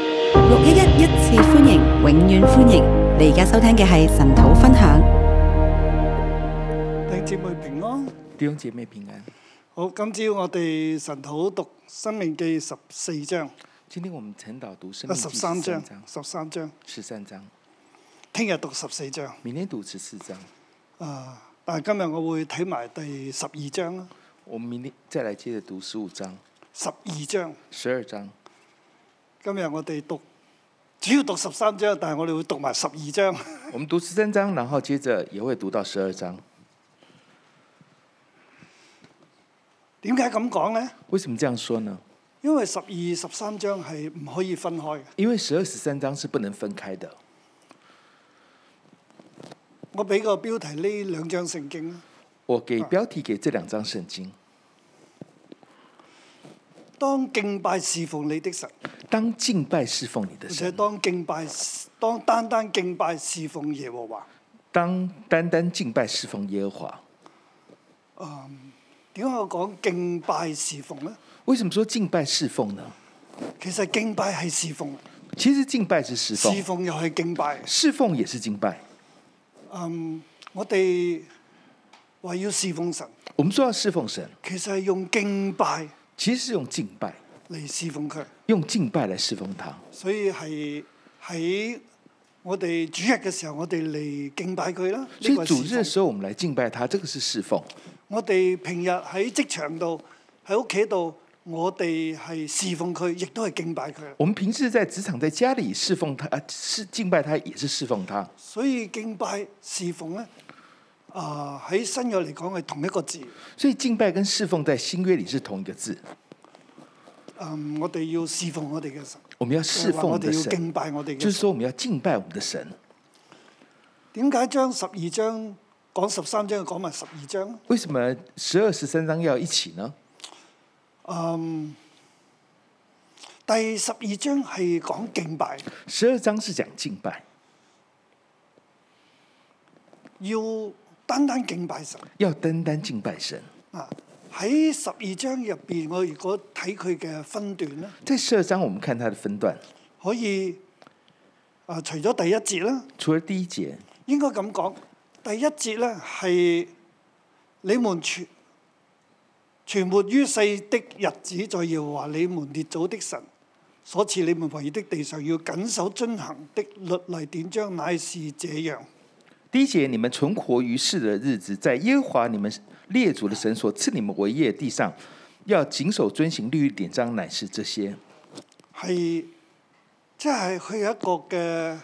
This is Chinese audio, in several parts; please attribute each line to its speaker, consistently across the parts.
Speaker 1: 一一一次歡迎，永遠歡迎！你而家收聽嘅係神土分享。
Speaker 2: 弟兄姊妹平安。
Speaker 3: 弟兄姐妹平安。
Speaker 2: 好，今朝我哋神土讀《生命記》十四章，
Speaker 3: 今天我们晨导读《生
Speaker 2: 啊
Speaker 3: 命
Speaker 2: 十
Speaker 3: 记》
Speaker 2: 三
Speaker 3: 十
Speaker 2: 章
Speaker 3: 三章，，
Speaker 2: 十三章，
Speaker 3: 十三章，
Speaker 2: 聽日讀十四章。
Speaker 3: 明天读十四章，
Speaker 2: 啊，但係今日我會睇埋第十二章啦。
Speaker 3: 我们明天再来接着读十五章、
Speaker 2: 十二章，
Speaker 3: 十二章。
Speaker 2: 今日我哋讀主要讀十三章，但係我哋會讀埋十二 章。
Speaker 3: 我们读十三章，然后接着也会读到十二章。
Speaker 2: 點解咁講呢？
Speaker 3: 为什么这样说呢？
Speaker 2: 因為十二、十三章係唔可以分開嘅。
Speaker 3: 因为十二、十三章是不能分开的。
Speaker 2: 我俾個標題呢兩章聖經啦。
Speaker 3: 我给标题给这两章圣经：
Speaker 2: 當敬拜侍奉你的神，
Speaker 3: 当敬拜侍奉你的
Speaker 2: 或者
Speaker 3: 神，
Speaker 2: 當敬拜當單單敬拜侍奉耶和華。
Speaker 3: 当单单敬拜侍奉耶和华。
Speaker 2: 點解我講敬拜侍奉呢？
Speaker 3: 为什么说敬拜侍奉呢？
Speaker 2: 其實敬拜係侍奉，
Speaker 3: 其实敬拜是侍奉
Speaker 2: 侍，奉又係敬拜。嗯
Speaker 3: 侍奉也是敬拜。
Speaker 2: 我哋話要侍奉神，
Speaker 3: 我们说要侍奉神，
Speaker 2: 其實係用敬拜
Speaker 3: 其实是用敬拜，
Speaker 2: 嚟侍奉佢，
Speaker 3: 用敬拜来侍奉他。
Speaker 2: 所以係喺我哋主日嘅時候，我哋嚟敬拜佢啦。
Speaker 3: 所
Speaker 2: 呢個係
Speaker 3: 以主日的
Speaker 2: 侍奉
Speaker 3: 时候我们来敬拜他，这个是侍奉。
Speaker 2: 我哋平日喺職場度、喺屋企度，我哋係侍奉佢，亦都係敬拜佢。
Speaker 3: 我们平时在职场、在家里侍奉他，呃是敬拜他，也是侍奉他。
Speaker 2: 所以敬拜侍奉咧，啊、喺新約嚟講係同一個字。
Speaker 3: 所以敬拜跟侍奉在新约里是同一个字。
Speaker 2: 嗯，我哋要侍奉我哋嘅神，
Speaker 3: 我们要
Speaker 2: 就
Speaker 3: 侍
Speaker 2: 係
Speaker 3: 奉
Speaker 2: 話我
Speaker 3: 我们的
Speaker 2: 哋要
Speaker 3: 神，
Speaker 2: 敬拜我哋嘅
Speaker 3: 就是
Speaker 2: 神。
Speaker 3: 说我们要敬拜我们的神。
Speaker 2: 點解將十二章講十三章，講埋十二章咧？
Speaker 3: 为什么十二、十三章要一起呢？
Speaker 2: 第十二章係講敬拜，
Speaker 3: 十二章是讲敬拜，
Speaker 2: 要單單敬拜神
Speaker 3: 要单单敬拜神。
Speaker 2: 啊！喺十二章入邊，我如果睇佢嘅分段咧，
Speaker 3: 在十二章我们看它的分段，
Speaker 2: 可以啊，除咗第一節啦，
Speaker 3: 除了第一节，
Speaker 2: 應該咁講，第一節咧係你們全存活於世的日子，在耶和華你們列祖的神所賜你們為業的地上，要謹守遵行的律例典章，乃是這樣。
Speaker 3: 第一节，你们存活于世的日子，在耶和华你们列祖的神所赐你们为业的地上，要谨守遵行律例典章，乃是这些。
Speaker 2: 係即係佢有一個嘅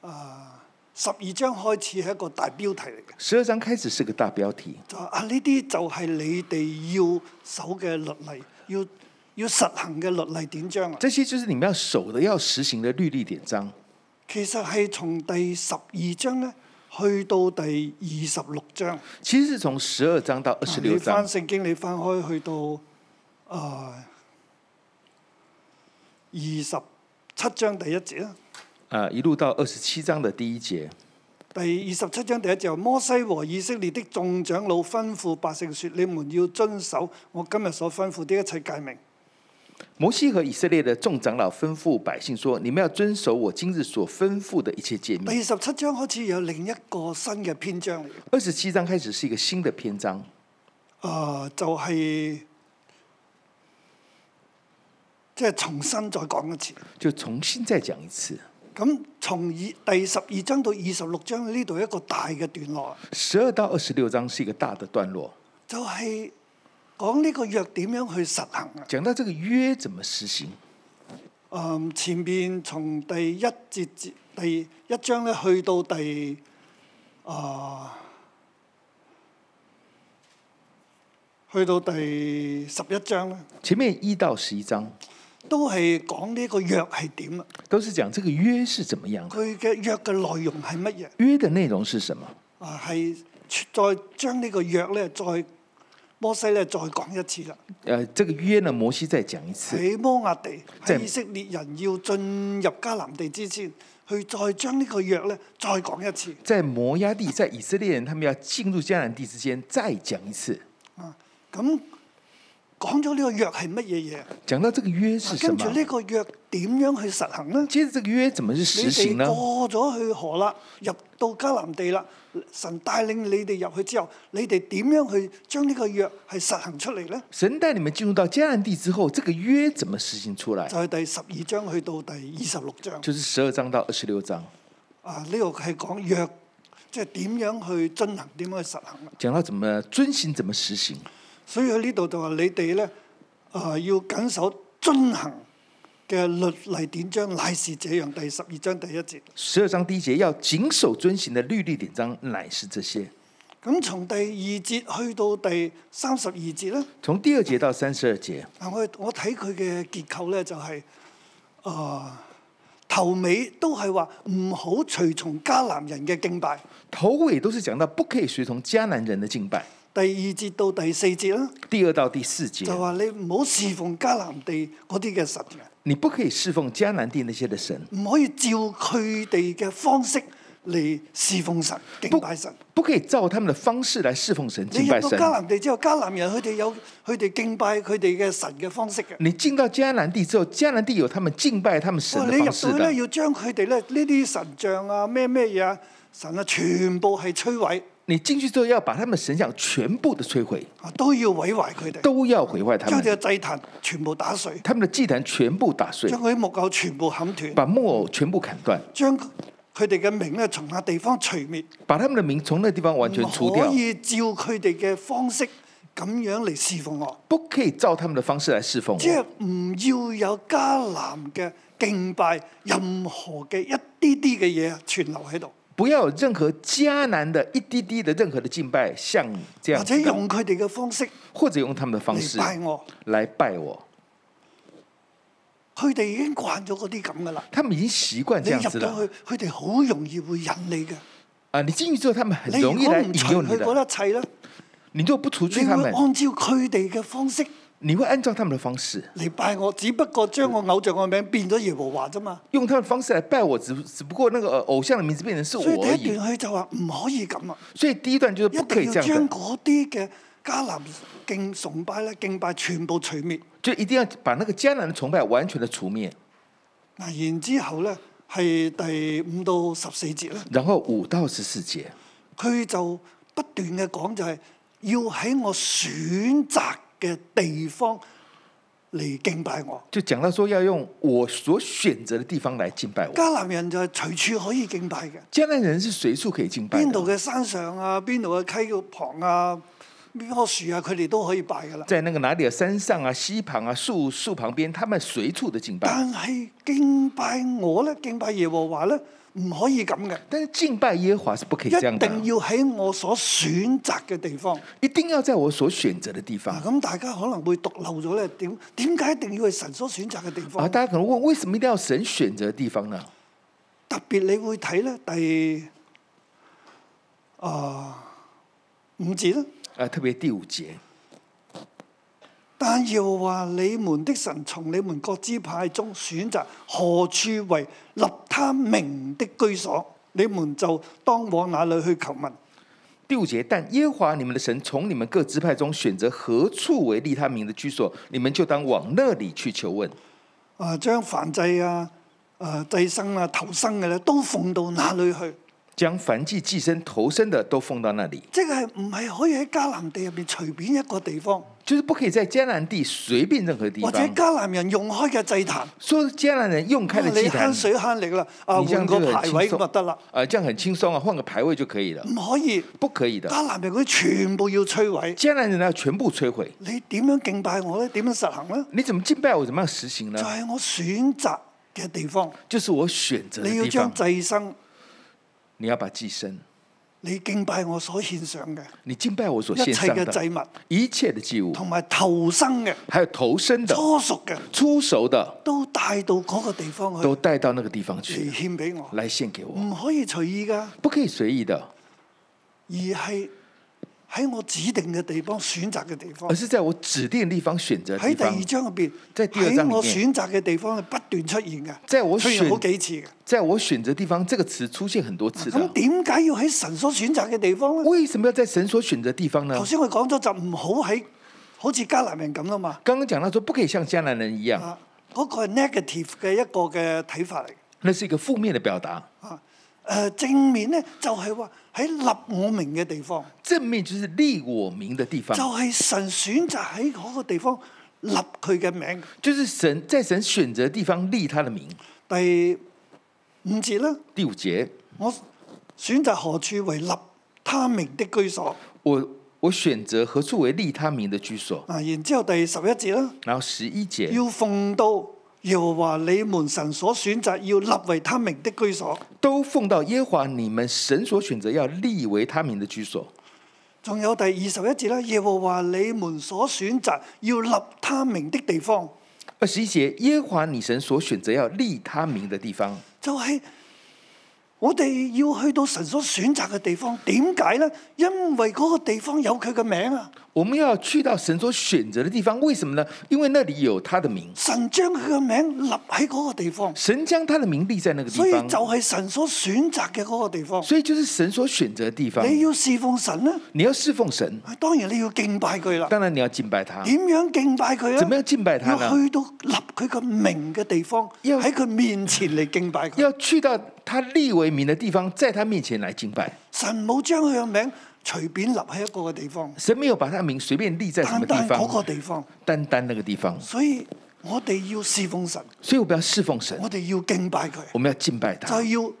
Speaker 2: 啊十二章開始係一個大標題嚟嘅，
Speaker 3: 十二章开始是个大标题，
Speaker 2: 就話啊呢啲就係你哋要守嘅律例，要要實行嘅律例典章啊。
Speaker 3: 这些就是你们要守的、要实行的律例典章。
Speaker 2: 其實係從第十二章咧去到第二十六章。
Speaker 3: 其實是從十二章到二十六
Speaker 2: 哦你翻
Speaker 3: 章，
Speaker 2: 聖經，你翻開去到啊二十七章第一節啦。
Speaker 3: 呃，一路到二十七章的第一節。
Speaker 2: 第二十七章第一節，摩西和以色列的眾長老吩咐百姓說：你們要遵守我今日所吩咐的一切誡命。
Speaker 3: 摩西和以色列的众长老吩咐百姓说：“你们要遵守我今日所吩咐的一切诫
Speaker 2: 第
Speaker 3: 命。
Speaker 2: 二十七章開始有另一個新嘅篇章嚟嘅，”
Speaker 3: 二十七章开始是一个新的篇章，
Speaker 2: 啊、就係即係重新再講一次。
Speaker 3: 就重新再講一次。
Speaker 2: 咁從二第十二章到二十六章呢度一個大嘅段落，
Speaker 3: 十二到二十六章是一个大的段落，
Speaker 2: 就係講呢個約點樣去實行啊。
Speaker 3: 讲到这个约怎么实行。
Speaker 2: 嗯，前面從第一節節第一章咧去到第啊、去到第十一章咧，
Speaker 3: 前面一到十一章
Speaker 2: 都係講呢個約係點啊，
Speaker 3: 都是講這個約是怎么样的，
Speaker 2: 佢嘅約嘅內容係乜嘢
Speaker 3: 约的内容是什么。
Speaker 2: 啊？係再將呢個約咧，再摩西咧再講一次啦。
Speaker 3: 呃，这个约呢，摩西再講一次，
Speaker 2: 喺摩押地，
Speaker 3: 即
Speaker 2: 喺
Speaker 3: 係
Speaker 2: 以色列人要進入迦南地之前，去再將呢個約咧再講一次。
Speaker 3: 在摩押地，在以色列人他们要进入迦南地之间再講一次。
Speaker 2: 啊，咁講咗呢個約係乜嘢
Speaker 3: 讲到这个约是
Speaker 2: 嘢，
Speaker 3: 什
Speaker 2: 啊跟住
Speaker 3: 么？
Speaker 2: 呢個約點樣去實行呢？
Speaker 3: 接着这个约怎么去
Speaker 2: 你
Speaker 3: 实行
Speaker 2: 哋
Speaker 3: 呢？
Speaker 2: 過咗去河啦，入到迦南地啦，神帶領你哋入去之後，你哋點樣去將呢個約係實行出嚟呢？
Speaker 3: 神带你们进入到迦南地之后，这个约怎么实行出来
Speaker 2: 就？係第十二章去到第二十六章
Speaker 3: 就是十二章到二十六章，
Speaker 2: 啊，呢個係講約，即係點樣去進行，點樣去實行啦。
Speaker 3: 讲到怎么遵行，怎么实行。
Speaker 2: 所以喺呢度就話你哋咧，啊、要緊守遵行嘅律例典章，乃是這樣。第十二章第一節。
Speaker 3: 十二章第一节要谨守遵行的律例典章，乃是这些。
Speaker 2: 咁從第二節去到第三十二節咧，
Speaker 3: 从第二节到三十二节，
Speaker 2: 嗱我我睇佢嘅結構咧就係、啊頭尾都係話唔好隨從迦南人嘅敬拜。
Speaker 3: 头尾都是讲到不可以随从迦南人的敬拜。
Speaker 2: 第二節到第四節啦，
Speaker 3: 第二到第四节，
Speaker 2: 就話你唔好侍奉迦南地嗰啲嘅神嘅，
Speaker 3: 你不可以侍奉迦南地那些的神，
Speaker 2: 唔可以照佢哋嘅方式嚟侍奉神、敬拜神。
Speaker 3: 不可以照他们的方式来侍奉神、
Speaker 2: 你
Speaker 3: 敬
Speaker 2: 入
Speaker 3: 拜
Speaker 2: 到
Speaker 3: 神。
Speaker 2: 迦南地之後，迦南人佢哋有佢哋敬拜佢哋嘅神嘅方式嘅。
Speaker 3: 你进到迦南地之后，迦南地有他们敬拜他们神
Speaker 2: 哇！
Speaker 3: 的
Speaker 2: 你入
Speaker 3: 方式
Speaker 2: 到咧，
Speaker 3: 的。
Speaker 2: 要將佢哋咧呢啲神像啊、咩咩嘢啊、神啊，全部係摧毀
Speaker 3: 你进去之后，要把他们神像全部的摧毁，
Speaker 2: 啊，都要毀壞佢哋，
Speaker 3: 都要毁坏他
Speaker 2: 將佢哋
Speaker 3: 们，
Speaker 2: 嘅祭壇全部打碎，
Speaker 3: 他们的祭坛全部打碎
Speaker 2: 將，佢啲木偶全部砍斷，
Speaker 3: 把木偶全部砍断，
Speaker 2: 將佢哋嘅名咧從那地方除滅，
Speaker 3: 把他们的名从那地方完全除
Speaker 2: 唔可
Speaker 3: 掉，
Speaker 2: 以照佢哋嘅方式咁樣嚟侍奉我，
Speaker 3: 不可以照他们的方式来侍奉
Speaker 2: 即係
Speaker 3: 我。
Speaker 2: 唔要有迦南嘅敬拜任何嘅一啲啲嘅嘢存留喺度。
Speaker 3: 不要有任何迦南的一滴滴的任何的敬拜，像这
Speaker 2: 或
Speaker 3: 样
Speaker 2: 者
Speaker 3: 子的
Speaker 2: 用佢哋嘅方式
Speaker 3: 或者用他们的方
Speaker 2: 嚟
Speaker 3: 式
Speaker 2: 拜我，
Speaker 3: 来拜我。
Speaker 2: 佢哋已經慣咗嗰啲咁噶啦。
Speaker 3: 他们已经习惯
Speaker 2: 你
Speaker 3: 这样
Speaker 2: 入
Speaker 3: 子
Speaker 2: 到
Speaker 3: 了
Speaker 2: 去，佢哋好容易會引你嘅。
Speaker 3: 啊！你进去之后，他们
Speaker 2: 你
Speaker 3: 很
Speaker 2: 如
Speaker 3: 容易
Speaker 2: 果
Speaker 3: 来
Speaker 2: 唔
Speaker 3: 引
Speaker 2: 除
Speaker 3: 诱你
Speaker 2: 佢
Speaker 3: 的。
Speaker 2: 嗰一切咧，
Speaker 3: 你若不除去
Speaker 2: 你哦
Speaker 3: 他
Speaker 2: 會
Speaker 3: 们，
Speaker 2: 按照佢哋嘅方式
Speaker 3: 你会按照他们的方式，
Speaker 2: 嚟拜我，只不過將我偶像嘅名變咗耶和華啫嘛。
Speaker 3: 用他们的方式来拜我，只只不过那个呃偶像的名字变成是
Speaker 2: 所以
Speaker 3: 我而
Speaker 2: 第一
Speaker 3: 已。
Speaker 2: 段佢就話唔可以咁啊，
Speaker 3: 所以第一段就是
Speaker 2: 一
Speaker 3: 不可以
Speaker 2: 定要
Speaker 3: 这样
Speaker 2: 將
Speaker 3: 的，
Speaker 2: 嗰啲嘅迦南敬崇拜咧、敬拜全部除滅。
Speaker 3: 就一定要把那个迦南的崇拜完全的除灭。
Speaker 2: 嗱，然之後咧係第五到十四節咧。
Speaker 3: 然后五到十四节，
Speaker 2: 佢就不斷嘅講就係要喺我選擇嘅地方嚟敬拜我。
Speaker 3: 就讲到说要用我所选择的地方来敬拜我。
Speaker 2: 迦南人就係隨處可以敬拜嘅，
Speaker 3: 迦南人是随处可以敬拜
Speaker 2: 邊度
Speaker 3: 的，
Speaker 2: 嘅山上啊，邊度嘅溪旁啊，邊棵樹啊，佢哋都可以拜噶啦。
Speaker 3: 在那个哪里的山上啊、溪旁啊、树树旁边，他们随处的敬拜。
Speaker 2: 但係敬拜我咧，敬拜耶和華咧，唔可以咁嘅，
Speaker 3: 但是敬拜耶和华是不可以
Speaker 2: 一
Speaker 3: 这样的，啊
Speaker 2: 定要喺我所選擇嘅地方。
Speaker 3: 一定要在我所选择的地
Speaker 2: 嗱，
Speaker 3: 方。
Speaker 2: 咁大家可能會讀漏咗咧，點點解一定要係神所選擇嘅地
Speaker 3: 啊，
Speaker 2: 方？
Speaker 3: 大家可能问，为什么一定要神选择的地方呢？
Speaker 2: 特別你會睇咧第啊、五節啦。
Speaker 3: 啊，特别第五节，
Speaker 2: 但要話你們的神從你們各支派中選擇何處為立他名的居所，你們就當往哪裏去求問。
Speaker 3: 第五节，但耶和华你们的神从你们各支派中选择何处为立他名的居所，你们就当往那里去求问，
Speaker 2: 啊、將燔祭啊、啊、祭牲啊、頭生嘅咧，都奉到哪裏去？
Speaker 3: 将凡祭寄生投生的都奉到那里，
Speaker 2: 即係唔係可以喺迦南地入面隨便一個地方，
Speaker 3: 就是不可以在迦南地随便任何地
Speaker 2: 或者
Speaker 3: 方。
Speaker 2: 迦南人用開嘅祭壇，啊
Speaker 3: 说迦南人用开
Speaker 2: 你
Speaker 3: 了祭坛
Speaker 2: 慳，水慳力啦，啊
Speaker 3: 你
Speaker 2: 換
Speaker 3: 將
Speaker 2: 個
Speaker 3: 這個
Speaker 2: 牌位
Speaker 3: 輕鬆
Speaker 2: 咁就得啦，
Speaker 3: 啊，这样很轻松啊，换个牌位就可以了，
Speaker 2: 唔可以。
Speaker 3: 不可以的。
Speaker 2: 迦南人嗰啲全部要摧毀，
Speaker 3: 迦南人要全部摧毁，
Speaker 2: 你點樣敬拜我咧？點樣實行咧？
Speaker 3: 你怎么敬拜我，怎么样实行
Speaker 2: 就
Speaker 3: 呢？
Speaker 2: 係我選擇嘅地方，
Speaker 3: 就是我选择的
Speaker 2: 你要
Speaker 3: 地
Speaker 2: 將
Speaker 3: 方，
Speaker 2: 祭牲，
Speaker 3: 你要把寄生，
Speaker 2: 你敬拜我所獻上嘅
Speaker 3: 你敬拜我所
Speaker 2: 一
Speaker 3: 献
Speaker 2: 切
Speaker 3: 上
Speaker 2: 嘅祭
Speaker 3: 的
Speaker 2: 物，
Speaker 3: 一切的祭物，
Speaker 2: 同埋頭生嘅
Speaker 3: 还有投生的、
Speaker 2: 初熟嘅，
Speaker 3: 出熟的，
Speaker 2: 都帶到嗰個地方去
Speaker 3: 都带到那个地方
Speaker 2: 嚟
Speaker 3: 去，
Speaker 2: 獻俾我，
Speaker 3: 来献给我，
Speaker 2: 唔可以隨意噶，
Speaker 3: 不可以随意
Speaker 2: 哦
Speaker 3: 的，
Speaker 2: 而係喺我指定嘅地方選擇嘅地方
Speaker 3: 而。是在我指定的地方选择的
Speaker 2: 喺
Speaker 3: 地
Speaker 2: 第二
Speaker 3: 方。
Speaker 2: 章入邊，
Speaker 3: 即係第二章
Speaker 2: 喺我
Speaker 3: 裡面
Speaker 2: 選擇嘅地方係不斷出現嘅，
Speaker 3: 即係我
Speaker 2: 出現
Speaker 3: 選
Speaker 2: 好幾次嘅。
Speaker 3: 在我选择地方这个词出现很多次
Speaker 2: 咁
Speaker 3: 的，
Speaker 2: 點解要喺神所選擇嘅地方咧？
Speaker 3: 为什么要在神所选择地方呢
Speaker 2: 頭？先我講咗就唔好喺好似迦南人咁啦啊嘛。
Speaker 3: 刚刚讲到说不可以像迦南人一样，
Speaker 2: 啊，嗰、個係 negative 嘅一個嘅睇法嚟。
Speaker 3: 那是一个负面的表达。
Speaker 2: 啊，誒、正面咧就係話喺立我名嘅地方，
Speaker 3: 正面就是立我名的地
Speaker 2: 就
Speaker 3: 方，
Speaker 2: 係、神選擇喺嗰個地方立佢嘅名。
Speaker 3: 就是神在神选择的地方立他的名。
Speaker 2: 第五節啦，
Speaker 3: 第五节，
Speaker 2: 我選擇何處為立他名的居所。
Speaker 3: 我我选择何处为立他名的居所。
Speaker 2: 啊，然之後第十一節啦，
Speaker 3: 然后十一节，
Speaker 2: 要奉到耶和華你們神所選擇要立為他名的居所。
Speaker 3: 都奉到耶和华你们神所选择要立为他名的居所。
Speaker 2: 仲有第二十一節啦，耶和華你們所選擇要立他名的地方，
Speaker 3: 二十一节，耶和华你神所选择要立他名的地方，
Speaker 2: 就係、我哋要去到神所選擇嘅地方。點解呢？因為嗰個地方有佢嘅名啊！
Speaker 3: 我们要去到神所选择的地方。为什么呢？因为那里有他的名，
Speaker 2: 神將佢嘅名立喺嗰個地方，
Speaker 3: 神将他的名立在那个地
Speaker 2: 所以
Speaker 3: 方，
Speaker 2: 就係神所選擇嘅嗰個地方。
Speaker 3: 所以就是神所选择的地方。
Speaker 2: 你要侍奉神呢，
Speaker 3: 你要侍奉神，
Speaker 2: 當然你要敬拜佢啦。
Speaker 3: 当然你要敬拜他。
Speaker 2: 點樣敬拜佢
Speaker 3: 怎么
Speaker 2: 啊？
Speaker 3: 样敬拜他
Speaker 2: 要
Speaker 3: 呢？
Speaker 2: 去到立佢個名嘅地方，
Speaker 3: 要
Speaker 2: 喺佢面前嚟敬拜佢。
Speaker 3: 要去到他立为名的地方，在他面前来敬拜。
Speaker 2: 神冇將佢嘅名隨便立喺一個嘅地方，
Speaker 3: 神没有把他的名随便立在什
Speaker 2: 單
Speaker 3: 么地
Speaker 2: 單嗰個
Speaker 3: 方，
Speaker 2: 地方。
Speaker 3: 单单那个地方。
Speaker 2: 所以我哋要侍奉神，
Speaker 3: 所以我们要侍奉神，
Speaker 2: 我哋要敬拜佢，
Speaker 3: 我们要敬拜
Speaker 2: 就
Speaker 3: 他，
Speaker 2: 係要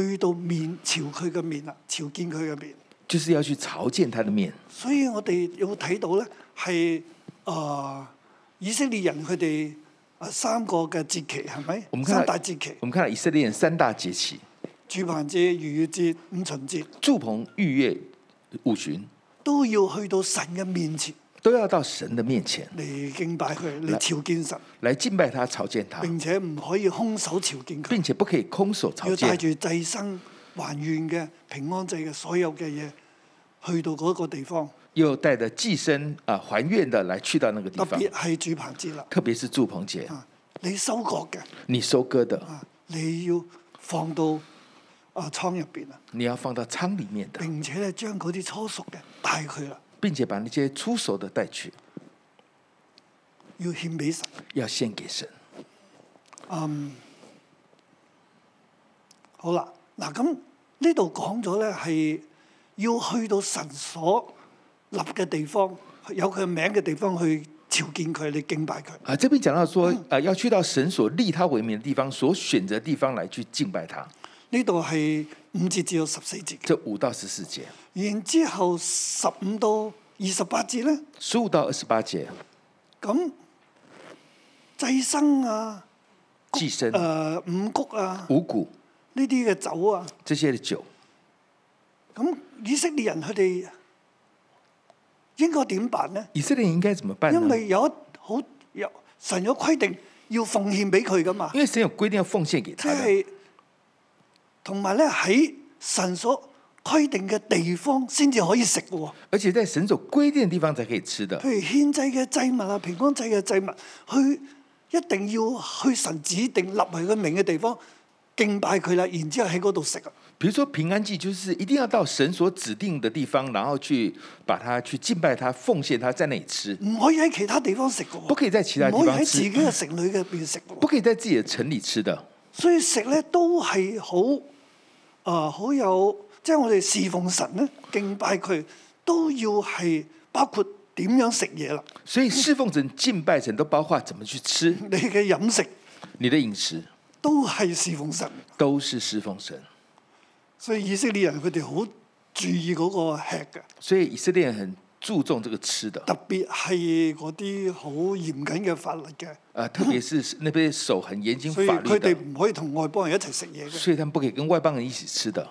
Speaker 2: 去到面朝佢嘅面啦，朝見佢嘅面。
Speaker 3: 就是要去朝见他的面。
Speaker 2: 所以我哋要睇到咧，係啊以色列人佢哋啊三個嘅節期係
Speaker 3: 我
Speaker 2: 咪？
Speaker 3: 們看
Speaker 2: 三
Speaker 3: 到
Speaker 2: 大節期：
Speaker 3: 我们看到以色列人三大节期：
Speaker 2: 住棚節、逾越節、五旬節，
Speaker 3: 祝棚、逾越、五旬，
Speaker 2: 都要去到神嘅面前
Speaker 3: 都要到神的面前
Speaker 2: 嚟敬拜佢，嚟朝見神。
Speaker 3: 来敬拜他、朝见他，
Speaker 2: 並且唔可以空手朝見佢，
Speaker 3: 并且不可以空手朝
Speaker 2: 要帶
Speaker 3: 见，
Speaker 2: 住祭生還願嘅平安祭嘅所有嘅嘢，去到嗰個地方，
Speaker 3: 又带着寄生啊还愿的来去到那个地
Speaker 2: 特
Speaker 3: 方，
Speaker 2: 別係主棚節啦。
Speaker 3: 特别是祝棚节，
Speaker 2: 啊，你收割嘅
Speaker 3: 你收割的
Speaker 2: 啊，你要放到啊倉入邊啊，
Speaker 3: 你要放到仓里面的，
Speaker 2: 並且咧將嗰啲初熟嘅帶佢啦，
Speaker 3: 并且把那些出熟的带去，
Speaker 2: 要獻俾神。
Speaker 3: 要献给神。
Speaker 2: 好啦，嗱咁呢度講咗咧係要去到神所立嘅地方，有佢名嘅地方去朝見佢，你敬拜佢。
Speaker 3: 啊，这边讲到说，啊，要去到神所立他为名的地方，所选择的地方来去敬拜他。
Speaker 2: 呢度係五節至到十四節嘅，
Speaker 3: 这五到十四节，
Speaker 2: 然之後十五到二十八節咧，
Speaker 3: 十五到二十八节，
Speaker 2: 咁祭牲啊、
Speaker 3: 寄生
Speaker 2: 誒、、五谷啊
Speaker 3: 五谷
Speaker 2: 呢啲嘅酒啊，
Speaker 3: 这些的酒，
Speaker 2: 咁以色列人佢哋應該點辦呢？
Speaker 3: 以色列人应该怎么办
Speaker 2: 因
Speaker 3: 呢？
Speaker 2: 為有一好有神有規定要奉獻俾佢噶嘛
Speaker 3: 因，為神有规定要奉献给
Speaker 2: 即
Speaker 3: 他的，
Speaker 2: 係同埋咧喺神所規定嘅地方先至可以食嘅喎。
Speaker 3: 而且在神所规定的地方才可以吃的
Speaker 2: 譬。如獻祭嘅祭物啊、平安祭嘅祭物，佢一定要去神指定立為佢名嘅地方敬拜佢啦，然之後喺嗰度食啊。
Speaker 3: 比如说平安祭，就是一定要到神所指定的地方，然后去把它去敬拜他、奉献他，在那里吃，
Speaker 2: 唔可以喺其他地方食嘅喎，
Speaker 3: 不可以在其他地
Speaker 2: 唔可以
Speaker 3: 方
Speaker 2: 喺自己
Speaker 3: 吃，
Speaker 2: 嘅城裏嘅邊食嘅
Speaker 3: 不
Speaker 2: 喎。
Speaker 3: 可以在自己的城里吃的。
Speaker 2: 所以食咧都係好啊，好、有即係我哋侍奉神咧、敬拜佢，都要係包括點樣食嘢啦，
Speaker 3: 所以侍奉神、敬拜神都包括怎么去吃，
Speaker 2: 你嘅飲食
Speaker 3: 你的饮食
Speaker 2: 都係侍奉神。
Speaker 3: 都是侍奉神。
Speaker 2: 所以以色列人佢哋好注意嗰個吃嘅。
Speaker 3: 所以以色列人很注重这个吃的，
Speaker 2: 特別係嗰啲好嚴謹嘅法律嘅，
Speaker 3: 呃，特别是那边守很严禁
Speaker 2: 所以
Speaker 3: 法律啊
Speaker 2: 佢哋
Speaker 3: 的，
Speaker 2: 唔可以同外邦人一齊食嘢嘅。
Speaker 3: 所以他们不可以跟外邦人一起吃的。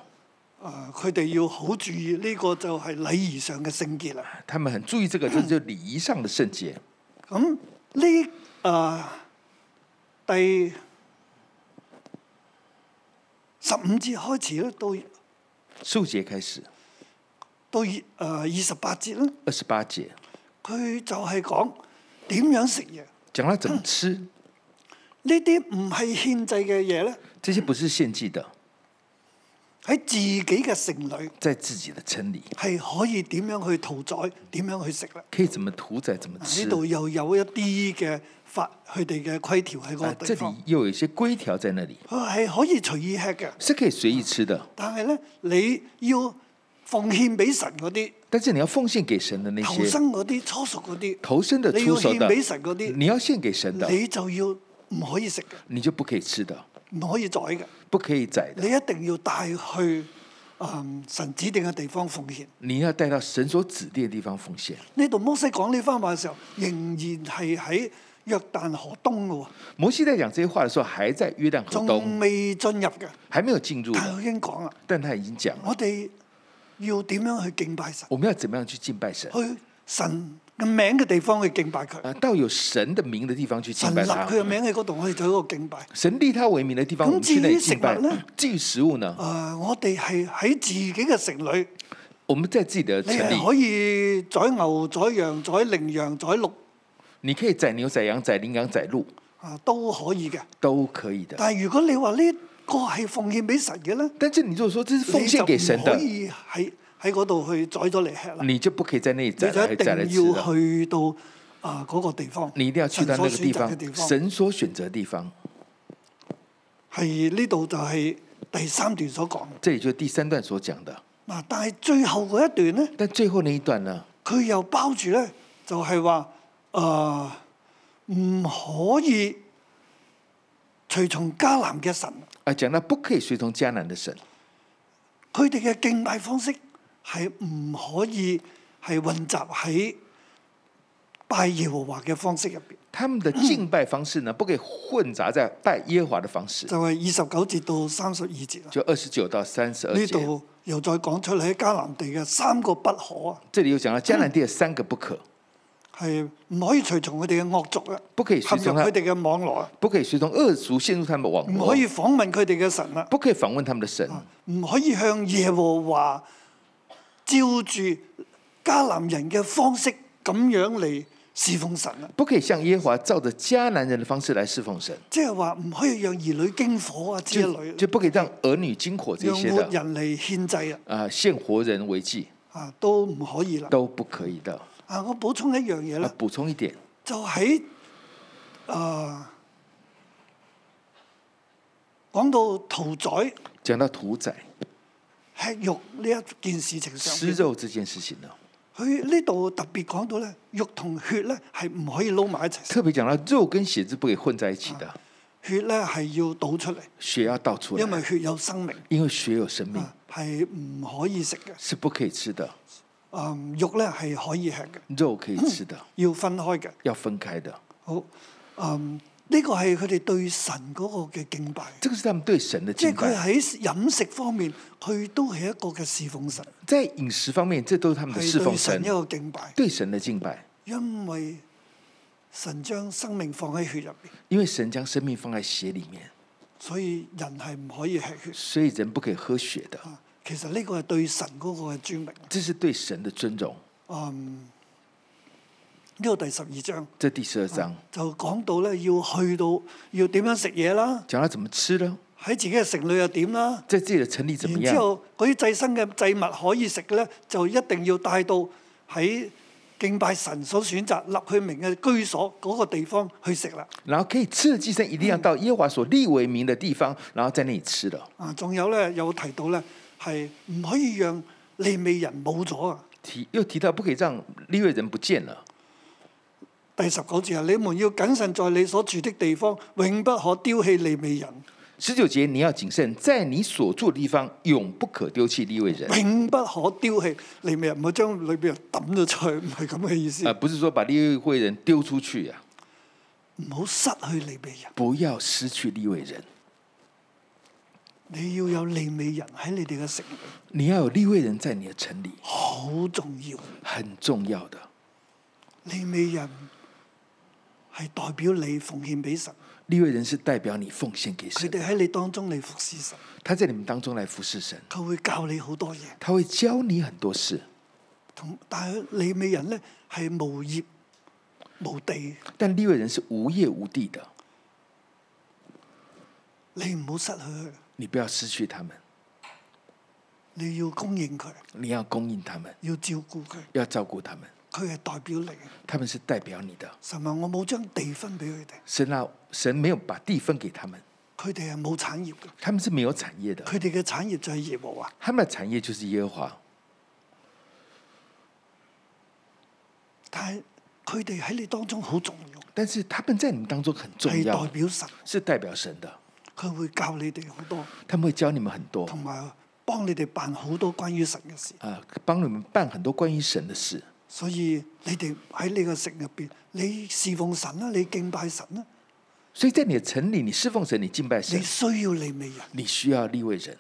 Speaker 2: 啊，佢哋要好注意呢、個就係禮儀上嘅聖潔啦。
Speaker 3: 他们很注意 这个，这就是礼仪上的圣洁。
Speaker 2: 咁呢啊第十五節開始咧，到
Speaker 3: 十五节開始，
Speaker 2: 到呃二誒二十八節咧，
Speaker 3: 二十八节
Speaker 2: 佢就係講點樣食嘢。
Speaker 3: 讲到怎么吃，
Speaker 2: 呢啲唔係獻祭嘅嘢咧，
Speaker 3: 这些不是献祭的，
Speaker 2: 喺自己嘅城裏
Speaker 3: 在自己的城里，
Speaker 2: 係可以點樣去屠宰，點樣去食啦。
Speaker 3: 可以怎么屠宰怎么吃啊
Speaker 2: 呢。度又有一啲嘅法，佢哋嘅規條喺嗰
Speaker 3: 啊，
Speaker 2: 個地
Speaker 3: 这里
Speaker 2: 方，
Speaker 3: 又有一些规条在那里，
Speaker 2: 佢話係可以隨意吃嘅，
Speaker 3: 是可以随意吃的，
Speaker 2: 但係咧你要奉獻俾神嗰啲、
Speaker 3: 但是你要奉献给神的那
Speaker 2: 投
Speaker 3: 些
Speaker 2: 生嗰啲、初熟嗰啲，
Speaker 3: 投身的、
Speaker 2: 你
Speaker 3: 出
Speaker 2: 要
Speaker 3: 手
Speaker 2: 獻
Speaker 3: 的
Speaker 2: 俾神嗰，啲
Speaker 3: 你要献给神的，
Speaker 2: 你就要唔可以食嘅，
Speaker 3: 你就不可以吃的，
Speaker 2: 唔可以宰嘅，
Speaker 3: 不可以宰的，
Speaker 2: 你一定要帶去嗯神指定嘅地方奉獻。
Speaker 3: 你要带到神所指定的地方奉献。
Speaker 2: 呢度摩西講呢番話嘅時候，仍然係喺約旦河東嘅
Speaker 3: 摩西在讲这些话的时候，还在约
Speaker 2: 喎，
Speaker 3: 旦河
Speaker 2: 仲
Speaker 3: 东，
Speaker 2: 未進入嘅，
Speaker 3: 还没有进入
Speaker 2: 但
Speaker 3: 呢，
Speaker 2: 係已經講啦，
Speaker 3: 但他已经讲了，
Speaker 2: 我哋要點樣去敬拜神，
Speaker 3: 我们要怎么样去敬拜神
Speaker 2: 去神嘅名嘅地方去敬拜佢，
Speaker 3: 啊？到有神的名的地方去敬
Speaker 2: 神
Speaker 3: 拜
Speaker 2: 立
Speaker 3: 他
Speaker 2: 佢，嘅名喺嗰度，我哋就喺度敬拜。
Speaker 3: 神立他为名的地方，
Speaker 2: 咁
Speaker 3: 我们去那
Speaker 2: 至
Speaker 3: 里
Speaker 2: 于
Speaker 3: 敬拜
Speaker 2: 食物呢。哦
Speaker 3: 至于食物呢
Speaker 2: 誒、，我哋係喺自己嘅城裏，
Speaker 3: 我们在自己的
Speaker 2: 你
Speaker 3: 城
Speaker 2: 係
Speaker 3: 里，
Speaker 2: 可以宰牛、宰羊、宰羚羊、宰鹿
Speaker 3: 你可以宰牛、宰羊、宰羚羊、宰鹿
Speaker 2: 啊，都可以嘅。
Speaker 3: 都可以的。
Speaker 2: 但係如果你話呢個係奉獻俾神嘅咧，
Speaker 3: 但是你如果说这是奉
Speaker 2: 你就
Speaker 3: 献
Speaker 2: 唔
Speaker 3: 给神
Speaker 2: 可
Speaker 3: 的，
Speaker 2: 以喺喺嗰度去宰咗嚟吃啦，
Speaker 3: 你就不可以在那里
Speaker 2: 你
Speaker 3: 宰
Speaker 2: 就
Speaker 3: 来
Speaker 2: 一
Speaker 3: 宰来吃
Speaker 2: 定要
Speaker 3: 的，
Speaker 2: 去到啊嗰個地方，
Speaker 3: 你一定要去到那个地
Speaker 2: 神
Speaker 3: 方
Speaker 2: 所選擇嘅，地方
Speaker 3: 神所选择的地方。
Speaker 2: 係呢度就係第三段所講
Speaker 3: 这里就是第三段所讲的。
Speaker 2: 嗱，但係最後嗰一段咧，
Speaker 3: 但最后那一段呢，
Speaker 2: 佢又包住咧，就係話誒唔可以隨從迦南嘅神，
Speaker 3: 啊，讲到不可以随从迦南的神，
Speaker 2: 佢哋嘅敬拜方式係唔可以係混雜喺拜耶和華嘅方式入邊，
Speaker 3: 他们的敬拜方式呢，不可以混杂在拜耶和华的方式。
Speaker 2: 就係二十九節到三十二節啦。
Speaker 3: 就二十九到三十二
Speaker 2: 呢
Speaker 3: 节，
Speaker 2: 度又再講出嚟喺迦南地嘅三個不可啊，
Speaker 3: 这里又讲到迦南地的三个不可，
Speaker 2: 係唔可以隨從佢哋嘅惡俗啊，
Speaker 3: 不可以隨從
Speaker 2: 陷入佢哋嘅網絡啊，
Speaker 3: 不可以随从恶俗陷入他们的网
Speaker 2: 唔
Speaker 3: 罗
Speaker 2: 可，以啊訪問佢哋嘅神啊，
Speaker 3: 不可以访问他们的神，
Speaker 2: 唔可以向耶和華照住迦南人嘅方式咁樣嚟侍奉神啊，
Speaker 3: 不可以像耶和华照着迦南人的方式来侍奉神，
Speaker 2: 即係話唔可以讓兒女經火啊之
Speaker 3: 就
Speaker 2: 類，
Speaker 3: 就不可以让儿女经火这
Speaker 2: 讓
Speaker 3: 些
Speaker 2: 活
Speaker 3: 的
Speaker 2: 人嚟獻祭啊，
Speaker 3: 啊，献活人为祭
Speaker 2: 啊都唔可以啦。
Speaker 3: 都不可以的。
Speaker 2: 啊，我補充一樣嘢啦
Speaker 3: 啊，，补充一点，
Speaker 2: 就喺啊講到屠宰
Speaker 3: 讲到屠宰
Speaker 2: 吃肉呢一件事情上
Speaker 3: 吃
Speaker 2: 邊，
Speaker 3: 肉这件事情呢，
Speaker 2: 佢呢度特別講到咧，肉同血咧係唔可以撈埋一齊食，
Speaker 3: 特别讲到肉跟血是不可以混在一起的，
Speaker 2: 血咧係要倒出嚟，
Speaker 3: 血要倒出
Speaker 2: 啊因為
Speaker 3: 来，
Speaker 2: 血有生命
Speaker 3: 因为血有生命，
Speaker 2: 啊，係唔可以食嘅。
Speaker 3: 是不可以吃的，
Speaker 2: 嗯，肉咧係可以吃嘅，
Speaker 3: 肉可以吃的，
Speaker 2: 要分開嘅。
Speaker 3: 要分开的。
Speaker 2: 好，嗯，呢個係佢哋對神嗰個嘅敬拜，
Speaker 3: 这个是他们对神的
Speaker 2: 即係
Speaker 3: 敬
Speaker 2: 佢
Speaker 3: 拜，
Speaker 2: 喺飲食方面，佢都係一個嘅侍奉神。
Speaker 3: 在饮食方面，这都是他们的嗯侍
Speaker 2: 係對
Speaker 3: 奉
Speaker 2: 神
Speaker 3: 神
Speaker 2: 一、個敬拜，
Speaker 3: 对神的敬拜，
Speaker 2: 因為神將生命放喺血入邊，
Speaker 3: 因为神将生命放在血里面，
Speaker 2: 所以人係唔可以吃血。
Speaker 3: 所以人不可以喝血的，
Speaker 2: 啊，其實呢個係對神嗰個嘅尊榮。
Speaker 3: 这是对神的尊荣。
Speaker 2: 嗯，呢個第十二章
Speaker 3: 这第十二章
Speaker 2: 就講到咧，要去到要點樣食嘢啦，
Speaker 3: 讲到怎么吃呢？
Speaker 2: 喺自己嘅城裏又點啦。
Speaker 3: 在自己的城里怎么
Speaker 2: 然之
Speaker 3: 样？
Speaker 2: 後嗰啲祭牲嘅祭物可以食嘅咧，就一定要帶到喺敬拜神所選擇立去名嘅居所嗰個地方去食啦。
Speaker 3: 然后可以吃的寄生一定要到耶和华所立为名的地方，然后在那里吃了。
Speaker 2: 啊，仲有咧有提到咧係唔可以讓利未人冇咗啊！
Speaker 3: 提又提到不可以让利未人不见了。
Speaker 2: 第十九節啊，你們要謹慎在你所住的地方，永不可丟棄利未人，
Speaker 3: 十九节你要谨慎，在你所住的地方永不可丢弃利未人。
Speaker 2: 永不可丟棄利未人，唔好將利未人抌咗出去，唔係咁嘅意思
Speaker 3: 啊，，不是说把利未人丢出去呀、
Speaker 2: 唔好失去利未人，
Speaker 3: 不要失去利未人，
Speaker 2: 你要有利未人喺你哋嘅城裏，
Speaker 3: 你要有利未人在你的城里，
Speaker 2: 好重要。
Speaker 3: 很重要的。
Speaker 2: 利未人係代表你奉獻俾神，
Speaker 3: 利未人是代表你奉献给
Speaker 2: 佢
Speaker 3: 神，
Speaker 2: 哋喺你當中嚟服侍神，
Speaker 3: 他在你们当中来服侍神，
Speaker 2: 佢會教你好多嘢。
Speaker 3: 他会教你很多事。
Speaker 2: 同但係利美人咧係無業無地，
Speaker 3: 但利未人是无业无地的，
Speaker 2: 你唔好失去佢，
Speaker 3: 你不要失去他们，
Speaker 2: 你要供應佢，
Speaker 3: 你要供应他们，
Speaker 2: 要照顧佢，
Speaker 3: 要照顾他们，
Speaker 2: 佢係代表你嘅。
Speaker 3: 他们是代表你的。
Speaker 2: 神話我冇將地分俾佢哋，
Speaker 3: 神啊，神没有把地分给他们，
Speaker 2: 佢哋係冇產業嘅，
Speaker 3: 他们是没有产业的，
Speaker 2: 佢哋嘅產業就係耶和華。
Speaker 3: 他们的产业就是耶和华。
Speaker 2: 但係佢哋喺你當中好重要，
Speaker 3: 但是他们在你们当中很重
Speaker 2: 係
Speaker 3: 要
Speaker 2: 代，表神，
Speaker 3: 是代表神的，
Speaker 2: 佢會教你哋好多，
Speaker 3: 他们会教你们很多
Speaker 2: 同埋幫你哋辦好多關於神嘅事。
Speaker 3: 啊，帮你们办很多关于神的事。
Speaker 2: 所以你哋喺呢個城入邊，你侍奉神啦，你敬拜神啦，
Speaker 3: 所以在你的城里，你侍奉神，你敬拜神
Speaker 2: 你，需要利未人。
Speaker 3: 你需要立位人。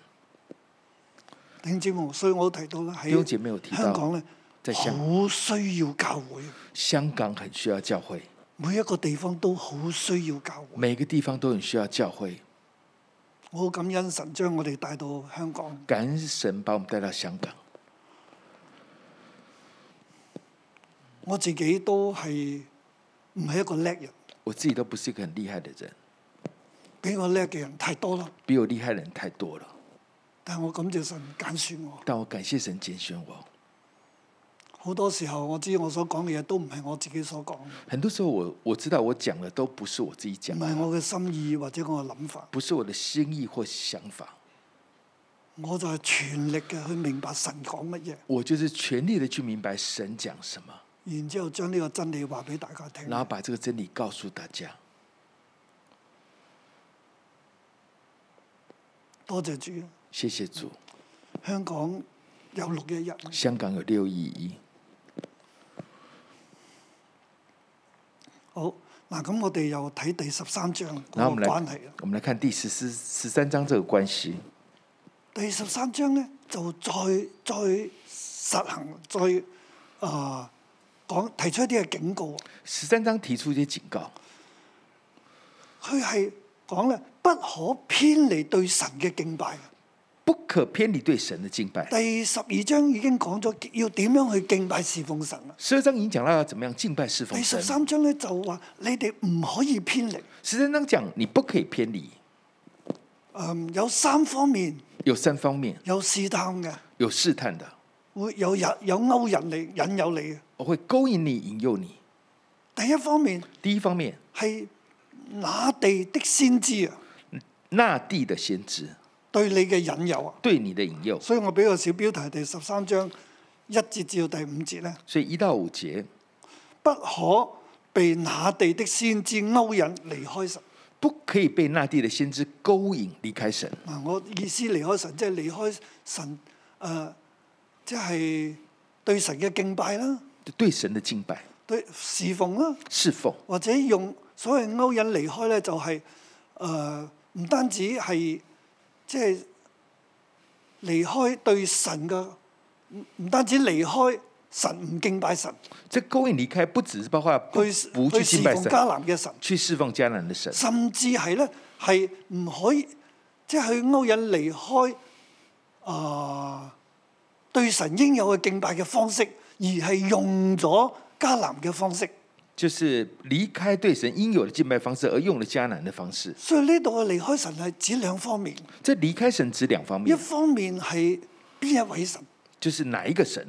Speaker 2: 弟兄姊妹，所以我提到啦，
Speaker 3: 弟兄姐妹有
Speaker 2: 喺
Speaker 3: 提到
Speaker 2: 香港咧，
Speaker 3: 在香
Speaker 2: 好需要教會，
Speaker 3: 香港很需要教会，
Speaker 2: 每一個地方都好需要教會。
Speaker 3: 每个地方都很需要教会。
Speaker 2: 我好感恩神將我哋帶到香港，
Speaker 3: 感恩神把我们带到香港，
Speaker 2: 我自己都係唔係一個叻人，
Speaker 3: 我自己都不是一个很厉害的人，
Speaker 2: 比我叻嘅人太多啦。
Speaker 3: 比我厉害的人太多了。
Speaker 2: 但我感謝神揀選我，
Speaker 3: 但我感谢神拣选我。
Speaker 2: 好多時候我知我所講嘅嘢都唔係我自己所講，唔
Speaker 3: 很多时候我我知道我讲的都不是我自己讲
Speaker 2: 係
Speaker 3: 的，
Speaker 2: 我嘅心意或者我嘅諗法，
Speaker 3: 不是我的心意或想法，
Speaker 2: 我就係全力嘅去明白神講乜嘢，
Speaker 3: 我就是全力的去明白神讲什么，
Speaker 2: 然之後將呢個真理話俾大家聽
Speaker 3: 然。后把这个真理告诉大家。
Speaker 2: 多謝主，
Speaker 3: 谢谢主。
Speaker 2: 嗯香港有六一日，
Speaker 3: 香港有六一
Speaker 2: 嗯
Speaker 3: 一，
Speaker 2: 好嗱，咁我哋又睇第十三章
Speaker 3: 然
Speaker 2: 嗰個
Speaker 3: 后我们
Speaker 2: 關
Speaker 3: 来
Speaker 2: 係啦。
Speaker 3: 我们来看第十四十三章这个关系。
Speaker 2: 第十三章咧就再再實行，再啊講提出一啲嘅警告。
Speaker 3: 十三章提出一些警告，
Speaker 2: 佢係講咧不可偏離對神嘅敬拜。
Speaker 3: 不可偏离对神的敬拜。
Speaker 2: 第十二章已經講咗要點樣去敬拜侍奉神啦。
Speaker 3: 十二章已经讲到要怎么样敬拜侍奉
Speaker 2: 第
Speaker 3: 神
Speaker 2: 哎十。三章咧就話你哋唔可以偏離。
Speaker 3: 十三章讲你不可以偏离，
Speaker 2: 嗯，有三方面
Speaker 3: 有三方面，
Speaker 2: 有試探嘅，
Speaker 3: 有试探的，
Speaker 2: 會有引有勾引你引誘你嘅。
Speaker 3: 我会勾引你、引诱你。
Speaker 2: 第一方面
Speaker 3: 第一方面，
Speaker 2: 係那地的先知啊，
Speaker 3: 那地的先知
Speaker 2: 對你嘅引誘啊。
Speaker 3: 对你的引诱，
Speaker 2: 所以我俾個小標題，第十三章一節至到第五節咧，
Speaker 3: 所以一到五节
Speaker 2: 不可被那地的先知勾引離開神。
Speaker 3: 不可以被那地的先知勾引离开神。
Speaker 2: 嗱，我意思離開神，即係離開神，誒、呃即係對神嘅敬拜啦，
Speaker 3: 对神的敬拜、
Speaker 2: 對侍奉啦，
Speaker 3: 侍奉，
Speaker 2: 或者用所謂勾引離開咧，就係誒唔單止係即係離開對神嘅，唔唔單止離開神唔敬拜神，
Speaker 3: 这勾引离开不只是包括不
Speaker 2: 去
Speaker 3: 不去
Speaker 2: 去侍
Speaker 3: 敬拜
Speaker 2: 奉
Speaker 3: 神，
Speaker 2: 迦南嘅神，
Speaker 3: 去侍奉迦南的神，
Speaker 2: 甚至係咧係唔可以即係去勾引離開啊、對神應有嘅敬拜嘅方式，而係用咗迦南嘅方式。
Speaker 3: 就是离开对神应有的敬拜方式，而用了迦南的方式。
Speaker 2: 所以呢度嘅離開神係指兩方面，
Speaker 3: 这离开神指两方
Speaker 2: 一
Speaker 3: 面，
Speaker 2: 方面係邊一位神
Speaker 3: 就是哪一个神，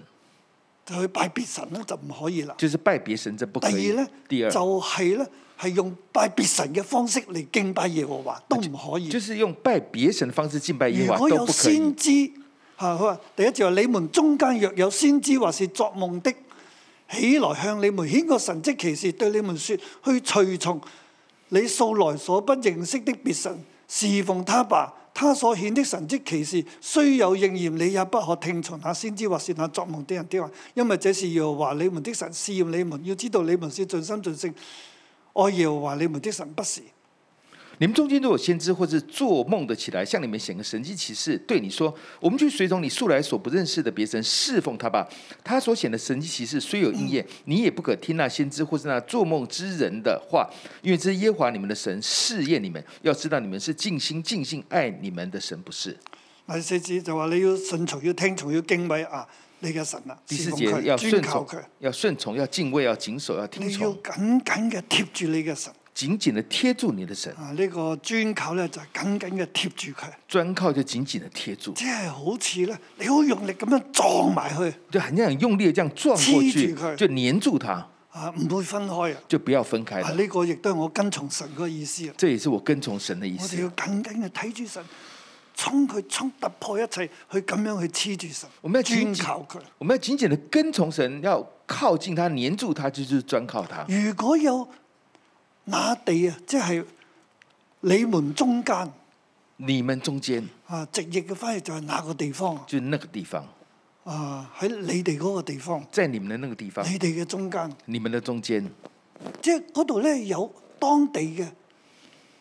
Speaker 2: 就去拜別神咧就唔可以啦。
Speaker 3: 就是拜别神，这不
Speaker 2: 第
Speaker 3: 可以
Speaker 2: 二咧。
Speaker 3: 第二，
Speaker 2: 就係咧係用拜別神嘅方式嚟敬拜耶和華都唔可以。
Speaker 3: 就是用拜别神的方式敬拜耶
Speaker 2: 如
Speaker 3: 和华
Speaker 2: 果
Speaker 3: 都
Speaker 2: 有
Speaker 3: 不可以
Speaker 2: 先。知，嚇佢話第一節話：你們中間若有先知或是作夢的，起來向你們顯個神蹟奇事，對你哎們説：去隨從你素來所不認識的別神，侍奉他吧。他所顯的神蹟奇事，雖有應驗，你也不可聽從那先知或是那作夢的人的話，因為這是耶和華你們的神試驗你們，要知道你們是盡心盡性愛哦耶和華你們的神，不是。
Speaker 3: 你们中间若有先知或是做梦的起来，向你们显个神迹奇事，对你说：“我们去随从你素来所不认识的别神侍奉他吧。”他所显的神迹奇事虽有应验，你也不可听那先知或是那做梦之人的话，因为这是耶和华你们的神试验你们，要知道你们是尽心尽性爱你们的神，不是。
Speaker 2: 第四節就話你要順從，要聽從，要敬畏啊你嘅神啊，
Speaker 3: 第
Speaker 2: 侍
Speaker 3: 四
Speaker 2: 奉
Speaker 3: 节
Speaker 2: 佢，
Speaker 3: 要
Speaker 2: 專
Speaker 3: 顺
Speaker 2: 靠
Speaker 3: 从
Speaker 2: 佢，，哎
Speaker 3: 要顺从，要敬畏，要谨守，要听
Speaker 2: 你要
Speaker 3: 从，
Speaker 2: 緊緊嘅貼住你嘅神，
Speaker 3: 紧紧的贴住你的神，
Speaker 2: 啊，呢、個專靠咧就緊緊嘅貼住佢，
Speaker 3: 专靠就紧紧的贴住，
Speaker 2: 即係好似咧你好用力咁樣撞埋去，
Speaker 3: 就很像很用力的这样撞过
Speaker 2: 黐
Speaker 3: 去
Speaker 2: 住佢，
Speaker 3: 就黏住它，
Speaker 2: 啊唔會分開啊！
Speaker 3: 就不要分开
Speaker 2: 啊，
Speaker 3: 了。
Speaker 2: 呢、個亦都係我跟從神嗰個意思啊！
Speaker 3: 这也是我跟从神的意
Speaker 2: 我哋
Speaker 3: 思
Speaker 2: 要。緊緊嘅睇住神，衝佢衝突破一切，去咁樣去黐住神，
Speaker 3: 我們要
Speaker 2: 專
Speaker 3: 緊
Speaker 2: 靠佢。
Speaker 3: 我们要紧紧的跟从神，要靠近他，黏住他，就是专靠他。
Speaker 2: 如果有那地啊，即係你們中間
Speaker 3: 你们中间
Speaker 2: 啊，直譯嘅翻譯就係那個地方啊
Speaker 3: 就是那个地方，
Speaker 2: 啊，喺你哋嗰個地方，
Speaker 3: 在你们的那个地方，
Speaker 2: 你哋嘅中間，
Speaker 3: 你们的中间，
Speaker 2: 即係嗰度咧有當地嘅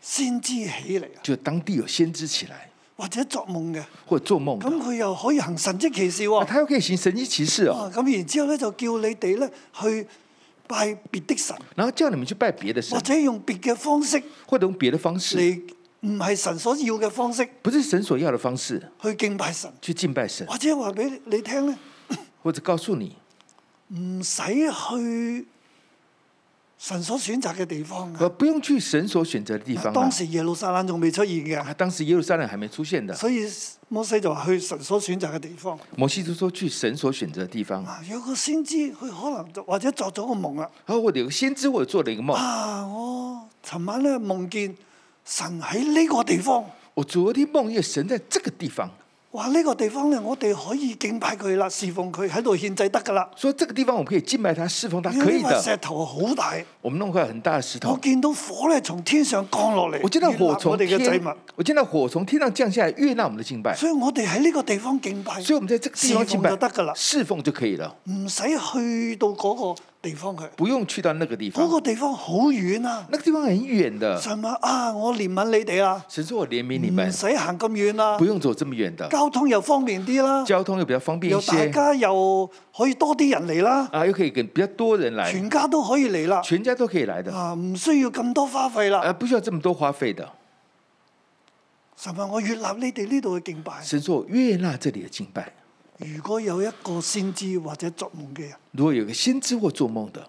Speaker 2: 先知起嚟啊，
Speaker 3: 就当地有先知起来，
Speaker 2: 或者作夢嘅，
Speaker 3: 或者做梦的
Speaker 2: 咁，佢又可以行神蹟奇事喎、
Speaker 3: 啊他又可以行神迹奇事哦。
Speaker 2: 啊，咁然之後咧就叫你哋咧去拜別的神，
Speaker 3: 然后叫你们去拜别的神
Speaker 2: 或，者用別嘅方式
Speaker 3: 或者用别的方式，
Speaker 2: 嚟，唔係神所要嘅方式
Speaker 3: 不是神所要的方式
Speaker 2: 去敬拜神，
Speaker 3: 去敬拜神，
Speaker 2: 或者話俾你聽咧，
Speaker 3: 或者告訴你，
Speaker 2: 唔使去神所選擇嘅地方
Speaker 3: 呃，
Speaker 2: 啊。
Speaker 3: 不用去神所選擇的地方啊
Speaker 2: 當。時耶路撒冷仲未出現嘅，
Speaker 3: 啊，当时耶路撒冷还没出现的，
Speaker 2: 所以摩西就話去神所選擇嘅地方。
Speaker 3: 摩西就说去神所選擇的地方。
Speaker 2: 啊，有個先知佢可能就或者作咗個夢啦。
Speaker 3: 然后我有个先知，我有做了一个梦，
Speaker 2: 啊，我尋晚咧夢見神喺呢個地方。
Speaker 3: 我昨天梦见神在这个地方，
Speaker 2: 話呢個地方咧，我哋可以敬拜佢啦，侍奉佢喺度獻祭得噶啦。
Speaker 3: 说这个地方我们可以敬拜他、侍奉他，
Speaker 2: 因
Speaker 3: 可
Speaker 2: 為
Speaker 3: 以
Speaker 2: 呢塊
Speaker 3: 的。
Speaker 2: 石頭好大，
Speaker 3: 我们弄块很大的石
Speaker 2: 我
Speaker 3: 头，
Speaker 2: 見到火咧從天上降落嚟，
Speaker 3: 我见到
Speaker 2: 越
Speaker 3: 火
Speaker 2: 南
Speaker 3: 从
Speaker 2: 我哋嘅祭
Speaker 3: 天
Speaker 2: 物，，
Speaker 3: 我见到火从天上降下来，悦纳我们的敬拜。
Speaker 2: 所以我哋喺呢個地方敬拜，
Speaker 3: 所以我们在这个地方敬
Speaker 2: 侍奉就得噶啦
Speaker 3: 拜，侍奉就可以了，
Speaker 2: 唔使去到嗰個地方去。
Speaker 3: 不用去到那个地
Speaker 2: 嗰、
Speaker 3: 方。
Speaker 2: 個地方好遠啊！
Speaker 3: 那个地方很远的，
Speaker 2: 神話啊，我憐憫你哋啊，
Speaker 3: 神说我怜悯你们
Speaker 2: 唔，使行咁遠啦
Speaker 3: 不，用走这么远的，
Speaker 2: 交通又方便啲啦，
Speaker 3: 交通又比较方便
Speaker 2: 又
Speaker 3: 一
Speaker 2: 大
Speaker 3: 些
Speaker 2: 家又可以多啲人嚟啦，
Speaker 3: 啊，又可以跟比较多人来，
Speaker 2: 全家都可以嚟啦，
Speaker 3: 啊全家都可以来的，
Speaker 2: 啊，唔需要咁多花費啦。
Speaker 3: 啊，不需要这么多花费的。
Speaker 2: 神話我越立你哋呢度嘅敬拜。
Speaker 3: 神说我悦纳这里的敬拜。
Speaker 2: 如果有一個先知或者作夢嘅人，
Speaker 3: 如果有个先知或做梦的，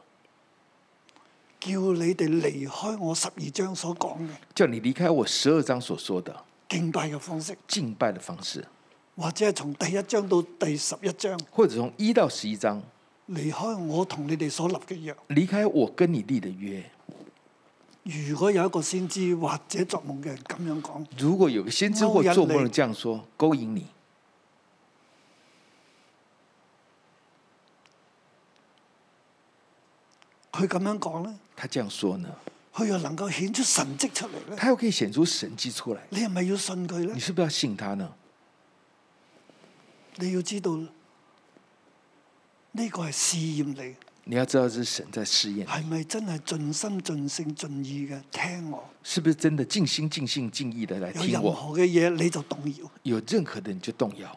Speaker 2: 叫你哋離開我十二章所講嘅
Speaker 3: 叫你离开我十二章所说的
Speaker 2: 敬拜嘅方式，
Speaker 3: 敬拜的方式，
Speaker 2: 或者係從第一章到第十一章，
Speaker 3: 或者从一到十一章，
Speaker 2: 離開我同你哋所立嘅約。
Speaker 3: 离开我跟你立的约。
Speaker 2: 如果有一個先知或者作夢嘅人咁樣講，
Speaker 3: 如果有个先知或做梦的这样说，勾引你，
Speaker 2: 佢咁樣講呢，
Speaker 3: 他这样说呢，
Speaker 2: 佢又能夠顯出神跡出嚟呢，
Speaker 3: 他又可以显出神迹出来。
Speaker 2: 你係咪要信佢呢
Speaker 3: 你？是不是要信他呢？
Speaker 2: 你要知道呢個係試驗你，
Speaker 3: 你要知道这是神在试验你，
Speaker 2: 係咪真係盡心盡性盡意嘅聽我？
Speaker 3: 是不是真的尽心尽性尽意的来
Speaker 2: 有
Speaker 3: 听
Speaker 2: 任
Speaker 3: 我？
Speaker 2: 何嘅嘢你就動搖，
Speaker 3: 有任何的你就动摇，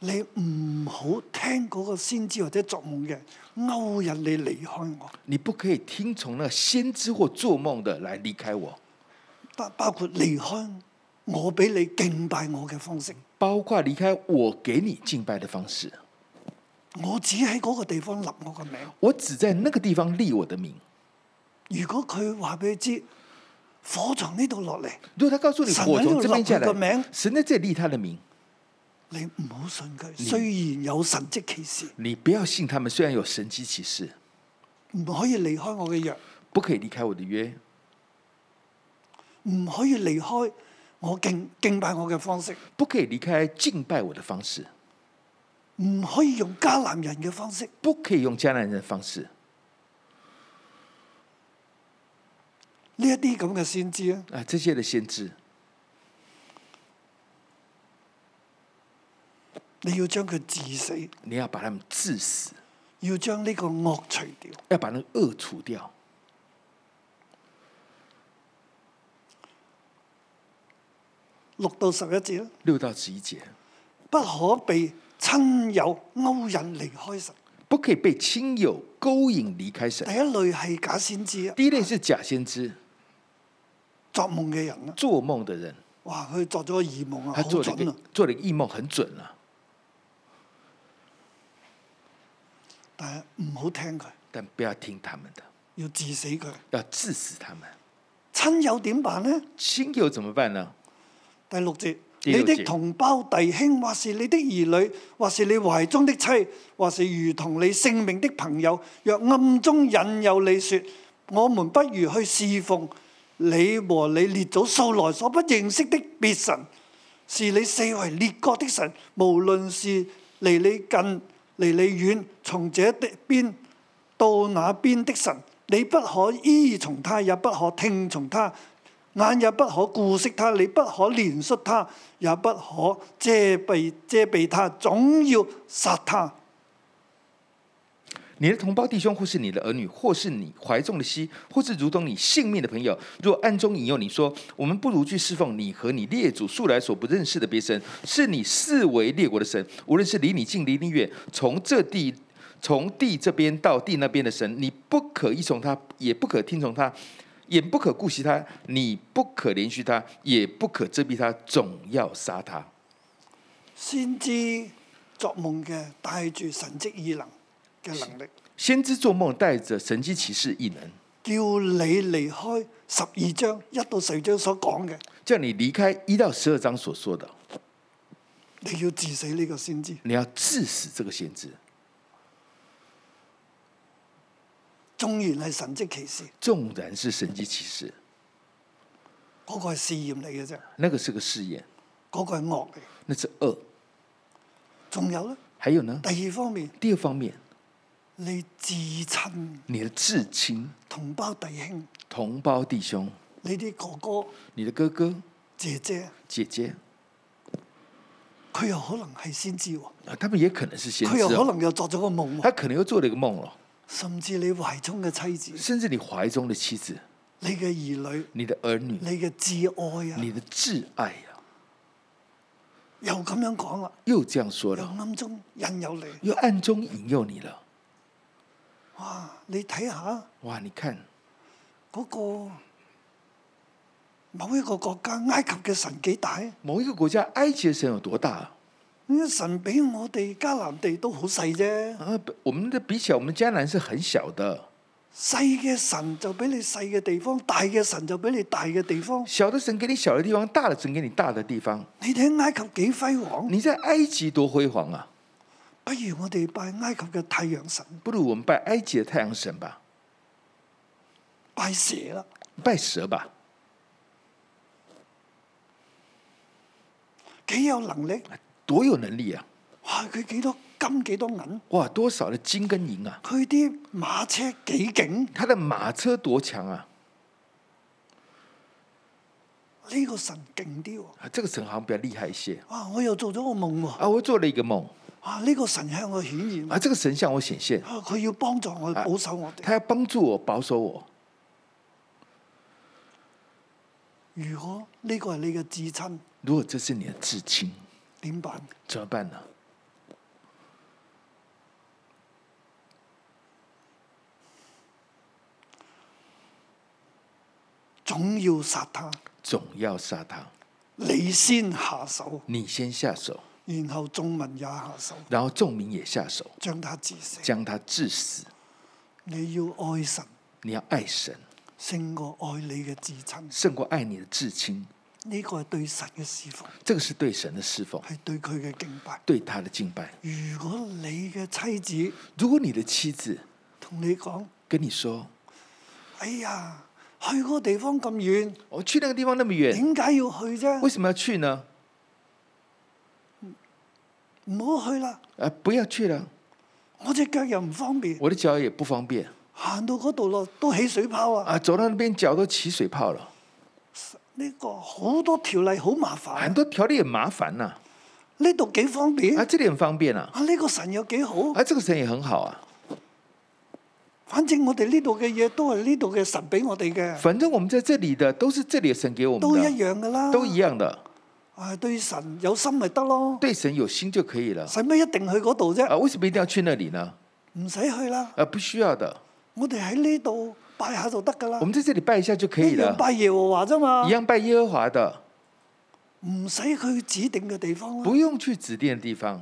Speaker 2: 你唔好聽嗰個先知或者作夢嘅人勾引你離開我，
Speaker 3: 你不可以听从那先知或做梦的来离开我，
Speaker 2: 包包括離開我俾你敬拜我嘅方式。
Speaker 3: 包括离开我给你敬拜的方式。
Speaker 2: 我只喺嗰個地方立我個名。
Speaker 3: 我只在那个地方立我的名。
Speaker 2: 如果佢話俾你知，火從呢度落嚟，
Speaker 3: 如果他告诉你
Speaker 2: 神
Speaker 3: 火从
Speaker 2: 喺
Speaker 3: 这
Speaker 2: 度
Speaker 3: 边
Speaker 2: 立
Speaker 3: 下
Speaker 2: 佢個名
Speaker 3: 来，神在这里立他的名，
Speaker 2: 你唔好信佢。雖然有神蹟奇事，
Speaker 3: 你不要信他们。虽然有神机骑士，
Speaker 2: 唔可以離開我嘅約，
Speaker 3: 不可以离开我的约，
Speaker 2: 唔可以離開我敬敬拜我嘅方式，
Speaker 3: 不可以离开敬拜我的方式，
Speaker 2: 唔可以用迦南人嘅方式。
Speaker 3: 不可以用迦南人的方式。
Speaker 2: 呢一啲咁嘅先知啊！
Speaker 3: 啊，这些的先知，
Speaker 2: 你要將佢治死，
Speaker 3: 你要把他们致死，
Speaker 2: 要將呢個惡除掉。
Speaker 3: 要把那个恶除掉。
Speaker 2: 六到十一節啦，
Speaker 3: 六到十一节，
Speaker 2: 不可被親友勾引離開神。
Speaker 3: 不可以被亲友勾引离开神
Speaker 2: 第。一類係假先知啊，
Speaker 3: 第一类是假先知，
Speaker 2: 作夢嘅人啊，
Speaker 3: 做梦的人，
Speaker 2: 哇！佢作咗個異夢啊，
Speaker 3: 他
Speaker 2: 好
Speaker 3: 做了一
Speaker 2: 準
Speaker 3: 个
Speaker 2: 啊！
Speaker 3: 做了一个异梦，很准啊，
Speaker 2: 但係唔好聽佢，
Speaker 3: 但不要听他们的，
Speaker 2: 要治死佢。
Speaker 3: 要致死他们。
Speaker 2: 親友點辦呢？
Speaker 3: 亲友怎么办呢？
Speaker 2: 第六節，
Speaker 3: 第六
Speaker 2: 你
Speaker 3: 節
Speaker 2: 的同胞弟兄，或是你的兒女，或是你懷中的妻，或是如同你性命的朋友，若暗中引誘你說：我們不如去侍奉你和你列祖素來所不認識的別神，是你四圍列國的神，無論是離你近、離你遠，從這的邊到那邊的神，你不可依從他，也不可聽從他，眼也不可顧惜他，你不可憐恤他，也不可遮蔽遮蔽他，總要殺他。
Speaker 3: 你的同胞弟兄，或是你的儿女，或是你怀中的妻，或是如同你性命的朋友，若暗中引诱你说：“我们不如去侍奉你和你列祖素来所不认识的别神，是你视为列国的神，无论是离你近离你远，从这地从地这边到地那边的神，你不可依从他，也不可听从他，也不可顾惜他，你不可连续他，也不可遮蔽他，总要杀他。”
Speaker 2: 先知作夢嘅帶住神蹟異能嘅能力，
Speaker 3: 先知做梦，带着神机骑士异能，
Speaker 2: 叫你離開十二章一到十二章所講嘅，
Speaker 3: 叫你离开一到十二章所说的。
Speaker 2: 你要治死呢個先知。
Speaker 3: 你要致死这个先知，
Speaker 2: 縱然係神蹟奇事，
Speaker 3: 纵然是神机骑士，
Speaker 2: 嗰、個係試驗嚟嘅啫，
Speaker 3: 那个是个试验，
Speaker 2: 嗰、個係惡嚟。
Speaker 3: 那是恶。
Speaker 2: 仲有咧，
Speaker 3: 还有呢，
Speaker 2: 第二方面，
Speaker 3: 第二方面，
Speaker 2: 你至親
Speaker 3: 你的至亲、
Speaker 2: 同胞弟兄，
Speaker 3: 同胞、弟兄、
Speaker 2: 你啲哥哥
Speaker 3: 你的哥哥、
Speaker 2: 姐姐，
Speaker 3: 姐姐
Speaker 2: 佢又可能係先知喎，
Speaker 3: 啊，他们也可能是先
Speaker 2: 佢
Speaker 3: 知、
Speaker 2: 又可
Speaker 3: 哦，
Speaker 2: 能又作咗個夢喎，
Speaker 3: 他可能又做了一个梦了，
Speaker 2: 甚至你懷中嘅妻子、
Speaker 3: 甚至你怀中的妻子、
Speaker 2: 你嘅兒女、
Speaker 3: 你的儿女、
Speaker 2: 你嘅摯愛啊，
Speaker 3: 你的挚爱呀、
Speaker 2: 又咁樣講啦，
Speaker 3: 又这样说
Speaker 2: 又
Speaker 3: 了，
Speaker 2: 暗中引誘你，
Speaker 3: 又暗中引诱你了。
Speaker 2: 哇！你睇下
Speaker 3: 哇，你看
Speaker 2: 嗰個某一個國家埃及嘅神幾大啊？
Speaker 3: 某一个国家，埃及的神有多大啊？
Speaker 2: 呢神比我哋迦南地都好細啫。
Speaker 3: 啊，不我们的比起来，我们迦南是很小的。
Speaker 2: 細嘅神就俾你細嘅地方，大嘅神就俾你大嘅地方。
Speaker 3: 小的神给你小的地方，大的神给你大的地方。
Speaker 2: 你睇埃及幾輝煌，
Speaker 3: 你在埃及多辉煌啊！
Speaker 2: 不如我哋拜埃及嘅太陽神，
Speaker 3: 不如我们拜埃及的太阳神吧，
Speaker 2: 拜蛇啦。
Speaker 3: 拜蛇吧，
Speaker 2: 幾有能力？
Speaker 3: 多有能力啊！
Speaker 2: 哇！佢幾多金幾多銀？
Speaker 3: 哇，多少的金跟银啊！
Speaker 2: 佢啲馬車幾勁？
Speaker 3: 他的马车多强啊！
Speaker 2: 呢、個神勁啲喎！
Speaker 3: 啊，这个神好像比较厉害一些
Speaker 2: 哇！我又做咗個夢喎！
Speaker 3: 啊！我做了一个梦
Speaker 2: 哇！呢、個神向我顯現，
Speaker 3: 啊，这个神向我显现，
Speaker 2: 啊！佢要幫助我
Speaker 3: 啊
Speaker 2: 保守我哋。
Speaker 3: 他要帮助我，保守我。
Speaker 2: 如果呢個係你嘅至親，
Speaker 3: 如果这是你的至亲，
Speaker 2: 點辦？
Speaker 3: 怎么办呢？
Speaker 2: 總要殺他，
Speaker 3: 总要杀他，
Speaker 2: 你先下手，
Speaker 3: 你先下手，
Speaker 2: 然後眾民也下手，
Speaker 3: 然后众民也下手，
Speaker 2: 將他致死。
Speaker 3: 将他致死。
Speaker 2: 你要愛神
Speaker 3: 你要爱神，
Speaker 2: 勝過愛你嘅至親，
Speaker 3: 胜过爱你的至亲。
Speaker 2: 呢、個係對神嘅侍奉，
Speaker 3: 这个是对神的侍奉，
Speaker 2: 係對佢嘅敬拜。
Speaker 3: 对他的敬拜。
Speaker 2: 如果你嘅妻子，
Speaker 3: 如果你的妻子
Speaker 2: 同你講：
Speaker 3: 跟你说
Speaker 2: 哎呀，去嗰個地方咁遠，：“
Speaker 3: 我去那个地方那么远，
Speaker 2: 點解要去
Speaker 3: 为
Speaker 2: 啫？
Speaker 3: 什么要去呢？
Speaker 2: 唔好去啦，
Speaker 3: 啊，不要去了，
Speaker 2: 我隻腳又唔方便，
Speaker 3: 我的脚也不方便
Speaker 2: 行到嗰度咯都起水泡啊！
Speaker 3: 啊，走到那边脚都起水泡了，
Speaker 2: 呢、個好多條例好麻煩
Speaker 3: 很，多条例很麻烦呐、
Speaker 2: 呢度幾方便
Speaker 3: 啊，这里很方便啊，
Speaker 2: 啊！呢、個神有幾好，
Speaker 3: 啊，这个神也很好啊，
Speaker 2: 反正我哋呢度嘅嘢都係呢度嘅神俾我哋嘅，
Speaker 3: 反正我们在这里的都是这里的神给我
Speaker 2: 都一
Speaker 3: 们的，
Speaker 2: 樣噶啦，
Speaker 3: 都一樣的，
Speaker 2: 啊！對神有心咪得咯，
Speaker 3: 对神有心就可以了
Speaker 2: 使乜一定去嗰度啫？
Speaker 3: 啊。为什么一定要去那里呢？
Speaker 2: 唔使去啦，
Speaker 3: 啊，不需要的，
Speaker 2: 我哋喺呢度拜下就得噶啦
Speaker 3: 我，们在这里拜一下就可
Speaker 2: 一
Speaker 3: 以
Speaker 2: 樣
Speaker 3: 了，
Speaker 2: 拜啊耶和華啫嘛
Speaker 3: 一，样拜耶和华的，
Speaker 2: 唔使去指定嘅地方啦。
Speaker 3: 不用去指定的地方。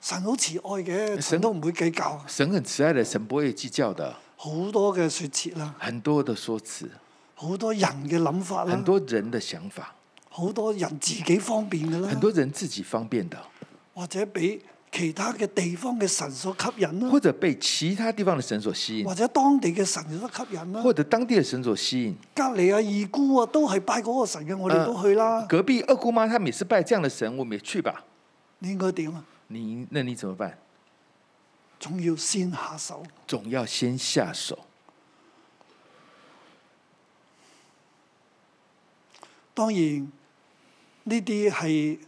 Speaker 2: 神好慈愛嘅，神
Speaker 3: 神
Speaker 2: 都唔會計較，
Speaker 3: 神很慈爱的，神不会计较的，
Speaker 2: 好多嘅説辭啦，
Speaker 3: 很多的说辞，
Speaker 2: 好多人嘅諗法
Speaker 3: 很
Speaker 2: 啦，
Speaker 3: 多人的想法，
Speaker 2: 好多人自己方便嘅
Speaker 3: 很
Speaker 2: 啦，
Speaker 3: 多人自己方便的，
Speaker 2: 或者俾其他嘅地方嘅神所吸引啦
Speaker 3: 或，者被其他地方的神所吸引
Speaker 2: 或，者當地嘅神所吸引啦。
Speaker 3: 或者当地的神所吸引。
Speaker 2: 隔離啊、二姑啊，都係拜嗰個神嘅，我哋都去啦。
Speaker 3: 隔壁二姑妈他们也是拜这样的神，我们也去吧。
Speaker 2: 你應該點啊？
Speaker 3: 你那你怎么办？
Speaker 2: 仲要先下手。
Speaker 3: 总要先下手。
Speaker 2: 當然呢啲係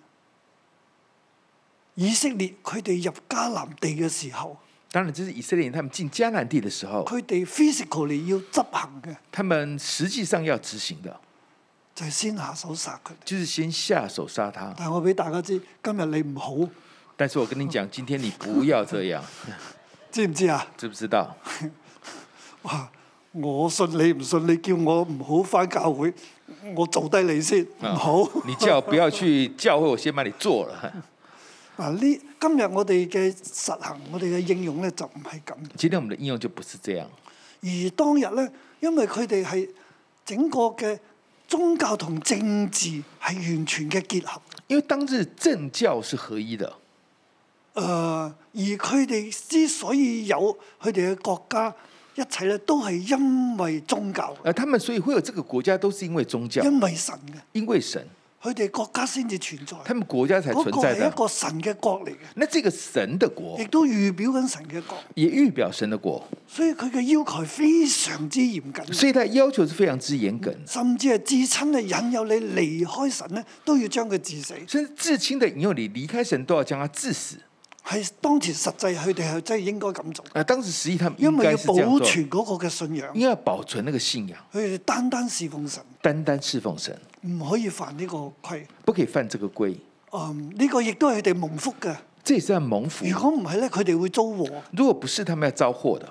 Speaker 2: 以色列佢哋入迦南地嘅時候，
Speaker 3: 当然，这是以色列人他们进迦南地的时候，
Speaker 2: 佢哋 physically 要執行嘅，
Speaker 3: 他们实际上要执行的，
Speaker 2: 就係、先下手殺佢哋。
Speaker 3: 就是先下手杀他。
Speaker 2: 但係我俾大家知，今日你唔好，
Speaker 3: 但是我跟你讲，今天你不要这样，
Speaker 2: 知唔知啊？
Speaker 3: 知不知道？
Speaker 2: 哇！我信你唔信你，叫我唔好翻教會，我做低你先，唔好。
Speaker 3: 你叫我不要去教会，我先把你做了。
Speaker 2: 嗱，呢今日我哋嘅實行，我哋嘅應用咧就唔係咁。
Speaker 3: 今天我们的应用就不是这样，
Speaker 2: 而當日咧，因為佢哋係整個嘅宗教同政治係完全嘅結合。
Speaker 3: 因为当日政教是合一的，
Speaker 2: 誒、呃而佢哋之所以有佢哋嘅國家一切咧，都係因為宗教，
Speaker 3: 而呃他们所以会有这个国家，都是因为宗教，
Speaker 2: 因為神嘅，
Speaker 3: 因为神，
Speaker 2: 佢哋國家先至存在。
Speaker 3: 他们国家才
Speaker 2: 嗰
Speaker 3: 存
Speaker 2: 個
Speaker 3: 在
Speaker 2: 係
Speaker 3: 的
Speaker 2: 一。個神嘅國嚟嘅，
Speaker 3: 那这个神的国
Speaker 2: 亦都預表緊神嘅國，
Speaker 3: 也预表神的国，
Speaker 2: 所以佢嘅要求係非常之嚴謹嘅。
Speaker 3: 所以他要求是非常之严格的。
Speaker 2: 甚至係至親咧引誘你離開神咧，都要將佢致死。
Speaker 3: 甚至至亲的引诱你离开神，都要将他致死。
Speaker 2: 係當時實際佢哋係真係應該咁做，
Speaker 3: 啊，当时实际他们
Speaker 2: 因
Speaker 3: 应
Speaker 2: 為
Speaker 3: 该
Speaker 2: 要
Speaker 3: 是这样
Speaker 2: 保
Speaker 3: 做，
Speaker 2: 存嗰個嘅信仰
Speaker 3: 因，为要保存那个信仰，
Speaker 2: 佢哋單單侍奉神，
Speaker 3: 单单侍奉神，
Speaker 2: 唔可以犯呢個規。
Speaker 3: 不可以犯这个规，
Speaker 2: 嗯，呢、個亦都係佢哋蒙福嘅。
Speaker 3: 这也是他们蒙福。
Speaker 2: 如果唔係咧，佢哋會遭禍。
Speaker 3: 如果不是，他们要遭祸的。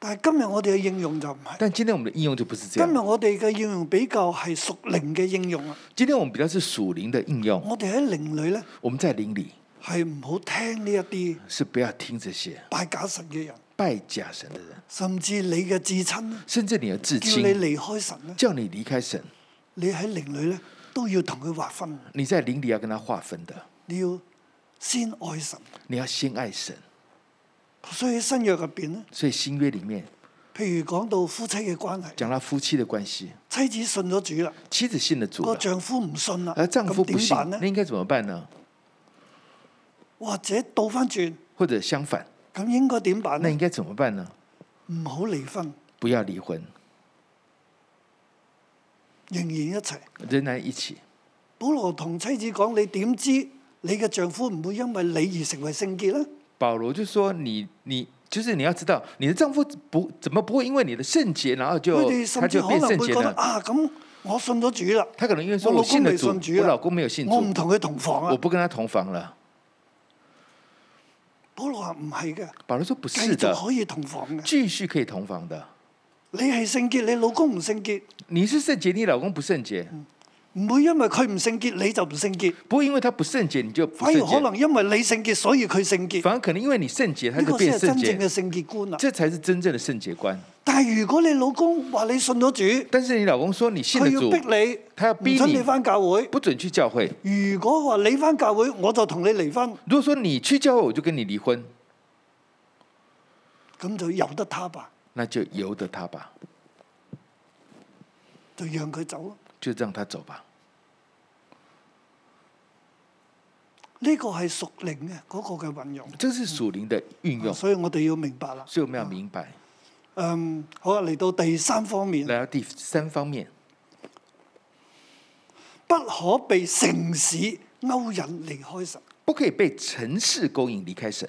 Speaker 2: 但係今日我哋嘅應用就唔係。
Speaker 3: 但今天我們的应用就不是这
Speaker 2: 今日
Speaker 3: 样，
Speaker 2: 我哋嘅應用比較係屬靈嘅應用啊！
Speaker 3: 今天我们比较是属灵的应用，
Speaker 2: 我哋喺靈裏咧
Speaker 3: 我们在灵里
Speaker 2: 係唔好聽呢一啲
Speaker 3: 是不要听这些
Speaker 2: 拜假神嘅人，
Speaker 3: 拜假神的人，
Speaker 2: 甚至你嘅至親咧
Speaker 3: 甚至你的至
Speaker 2: 叫你
Speaker 3: 亲
Speaker 2: 離開神咧。
Speaker 3: 叫你离开神，
Speaker 2: 你喺靈裏咧都要同佢劃分，
Speaker 3: 你在灵里要跟他划分的，
Speaker 2: 你要先愛神。
Speaker 3: 你要先爱神。
Speaker 2: 所以喺新約入邊咧，
Speaker 3: 所以新约里面
Speaker 2: 譬如講到夫妻嘅關係，
Speaker 3: 讲到夫妻的关系，
Speaker 2: 妻子信咗主啦，
Speaker 3: 妻子信了主
Speaker 2: 個
Speaker 3: 了。
Speaker 2: 丈夫唔信啦，
Speaker 3: 而丈夫
Speaker 2: 咁
Speaker 3: 不
Speaker 2: 點
Speaker 3: 信，
Speaker 2: 辦
Speaker 3: 那
Speaker 2: 咧？
Speaker 3: 应该哦怎么办呢？
Speaker 2: 或者倒翻轉，
Speaker 3: 或者相反，
Speaker 2: 咁應該點辦
Speaker 3: 那
Speaker 2: 咧
Speaker 3: 应？该怎么办呢？
Speaker 2: 唔好離婚，
Speaker 3: 不要离婚，
Speaker 2: 仍然一齊。
Speaker 3: 仍然一起。
Speaker 2: 保羅同妻子講：你點知你嘅丈夫唔會因為你而成為聖潔咧？
Speaker 3: 保罗就说：“你你就是你要知道，你的丈夫不怎么不会因为你的圣洁，然后
Speaker 2: 佢
Speaker 3: 就
Speaker 2: 哋
Speaker 3: 他
Speaker 2: 甚至
Speaker 3: 就
Speaker 2: 可
Speaker 3: 变
Speaker 2: 能
Speaker 3: 圣
Speaker 2: 會
Speaker 3: 洁
Speaker 2: 覺得
Speaker 3: 呢？
Speaker 2: 啊，咁我信咗主啦，
Speaker 3: 他可能因为说
Speaker 2: 我老
Speaker 3: 我
Speaker 2: 公
Speaker 3: 信了
Speaker 2: 未
Speaker 3: 主
Speaker 2: 信，主
Speaker 3: 我
Speaker 2: 啦
Speaker 3: 老公没有信
Speaker 2: 我唔
Speaker 3: 主，
Speaker 2: 同佢同房
Speaker 3: 我
Speaker 2: 啊。
Speaker 3: 不跟他同房了。”
Speaker 2: 保羅話唔係嘅，
Speaker 3: 保罗说：“不
Speaker 2: 繼
Speaker 3: 是的
Speaker 2: 續，可以同房嘅。
Speaker 3: 继续可以同房的。
Speaker 2: 你係聖潔，你老公唔聖潔，
Speaker 3: 你是圣洁，你老公不圣洁，
Speaker 2: 唔會因為佢唔聖潔你就唔聖潔，
Speaker 3: 不会因为他不圣洁你就不
Speaker 2: 反而
Speaker 3: 圣
Speaker 2: 可
Speaker 3: 洁，
Speaker 2: 能因為你聖潔所以佢聖潔。
Speaker 3: 反而可能因为你圣洁，他
Speaker 2: 呢
Speaker 3: 就
Speaker 2: 個先
Speaker 3: 变
Speaker 2: 係
Speaker 3: 圣
Speaker 2: 真正
Speaker 3: 洁
Speaker 2: 嘅。聖潔觀啊！
Speaker 3: 这才是真正的圣洁观。
Speaker 2: 但係如果你老公話你信咗主，
Speaker 3: 但是你老公说你信
Speaker 2: 佢
Speaker 3: 了
Speaker 2: 要
Speaker 3: 主，
Speaker 2: 逼
Speaker 3: 他要
Speaker 2: 你，
Speaker 3: 逼
Speaker 2: 唔准
Speaker 3: 你
Speaker 2: 你翻教會。
Speaker 3: 不准去教会。
Speaker 2: 如果話你翻教會，我就同你離婚，
Speaker 3: 如果说你去教会，我就跟你离婚，
Speaker 2: 咁就由得他吧，
Speaker 3: 那就由得他吧，
Speaker 2: 就讓佢走咯。
Speaker 3: 就让他走吧。
Speaker 2: 呢個係屬靈嘅嗰個嘅運用，
Speaker 3: 这是属灵的运用，
Speaker 2: 所以我哋要明白啦。
Speaker 3: 所以我们要明白。
Speaker 2: 嗯，好啊，嚟到第三方面，
Speaker 3: 来到第三方面，
Speaker 2: 不可被城市勾引離開神。
Speaker 3: 不可以被城市勾引离开神。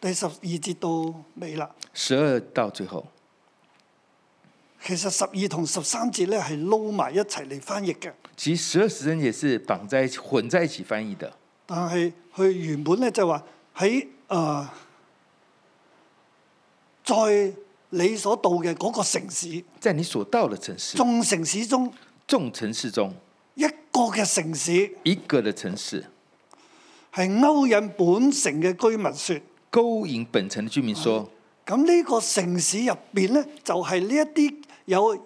Speaker 2: 第十二節到尾啦。
Speaker 3: 十二到最后，
Speaker 2: 其實十二同十三節咧係撈埋一齊嚟翻譯嘅，
Speaker 3: 其实十二十三节是绑在一起、混在一起翻译的。
Speaker 2: 但係佢原本咧就話喺誒在你所到嘅嗰個城市，
Speaker 3: 在你所到的城市，
Speaker 2: 眾城市中
Speaker 3: 众城市中
Speaker 2: 一個嘅城市
Speaker 3: 一个的城市
Speaker 2: 係勾引本城嘅居民說，
Speaker 3: 勾引本
Speaker 2: 嗯
Speaker 3: 城的居民说，
Speaker 2: 咁呢個城市入邊咧就係呢一啲有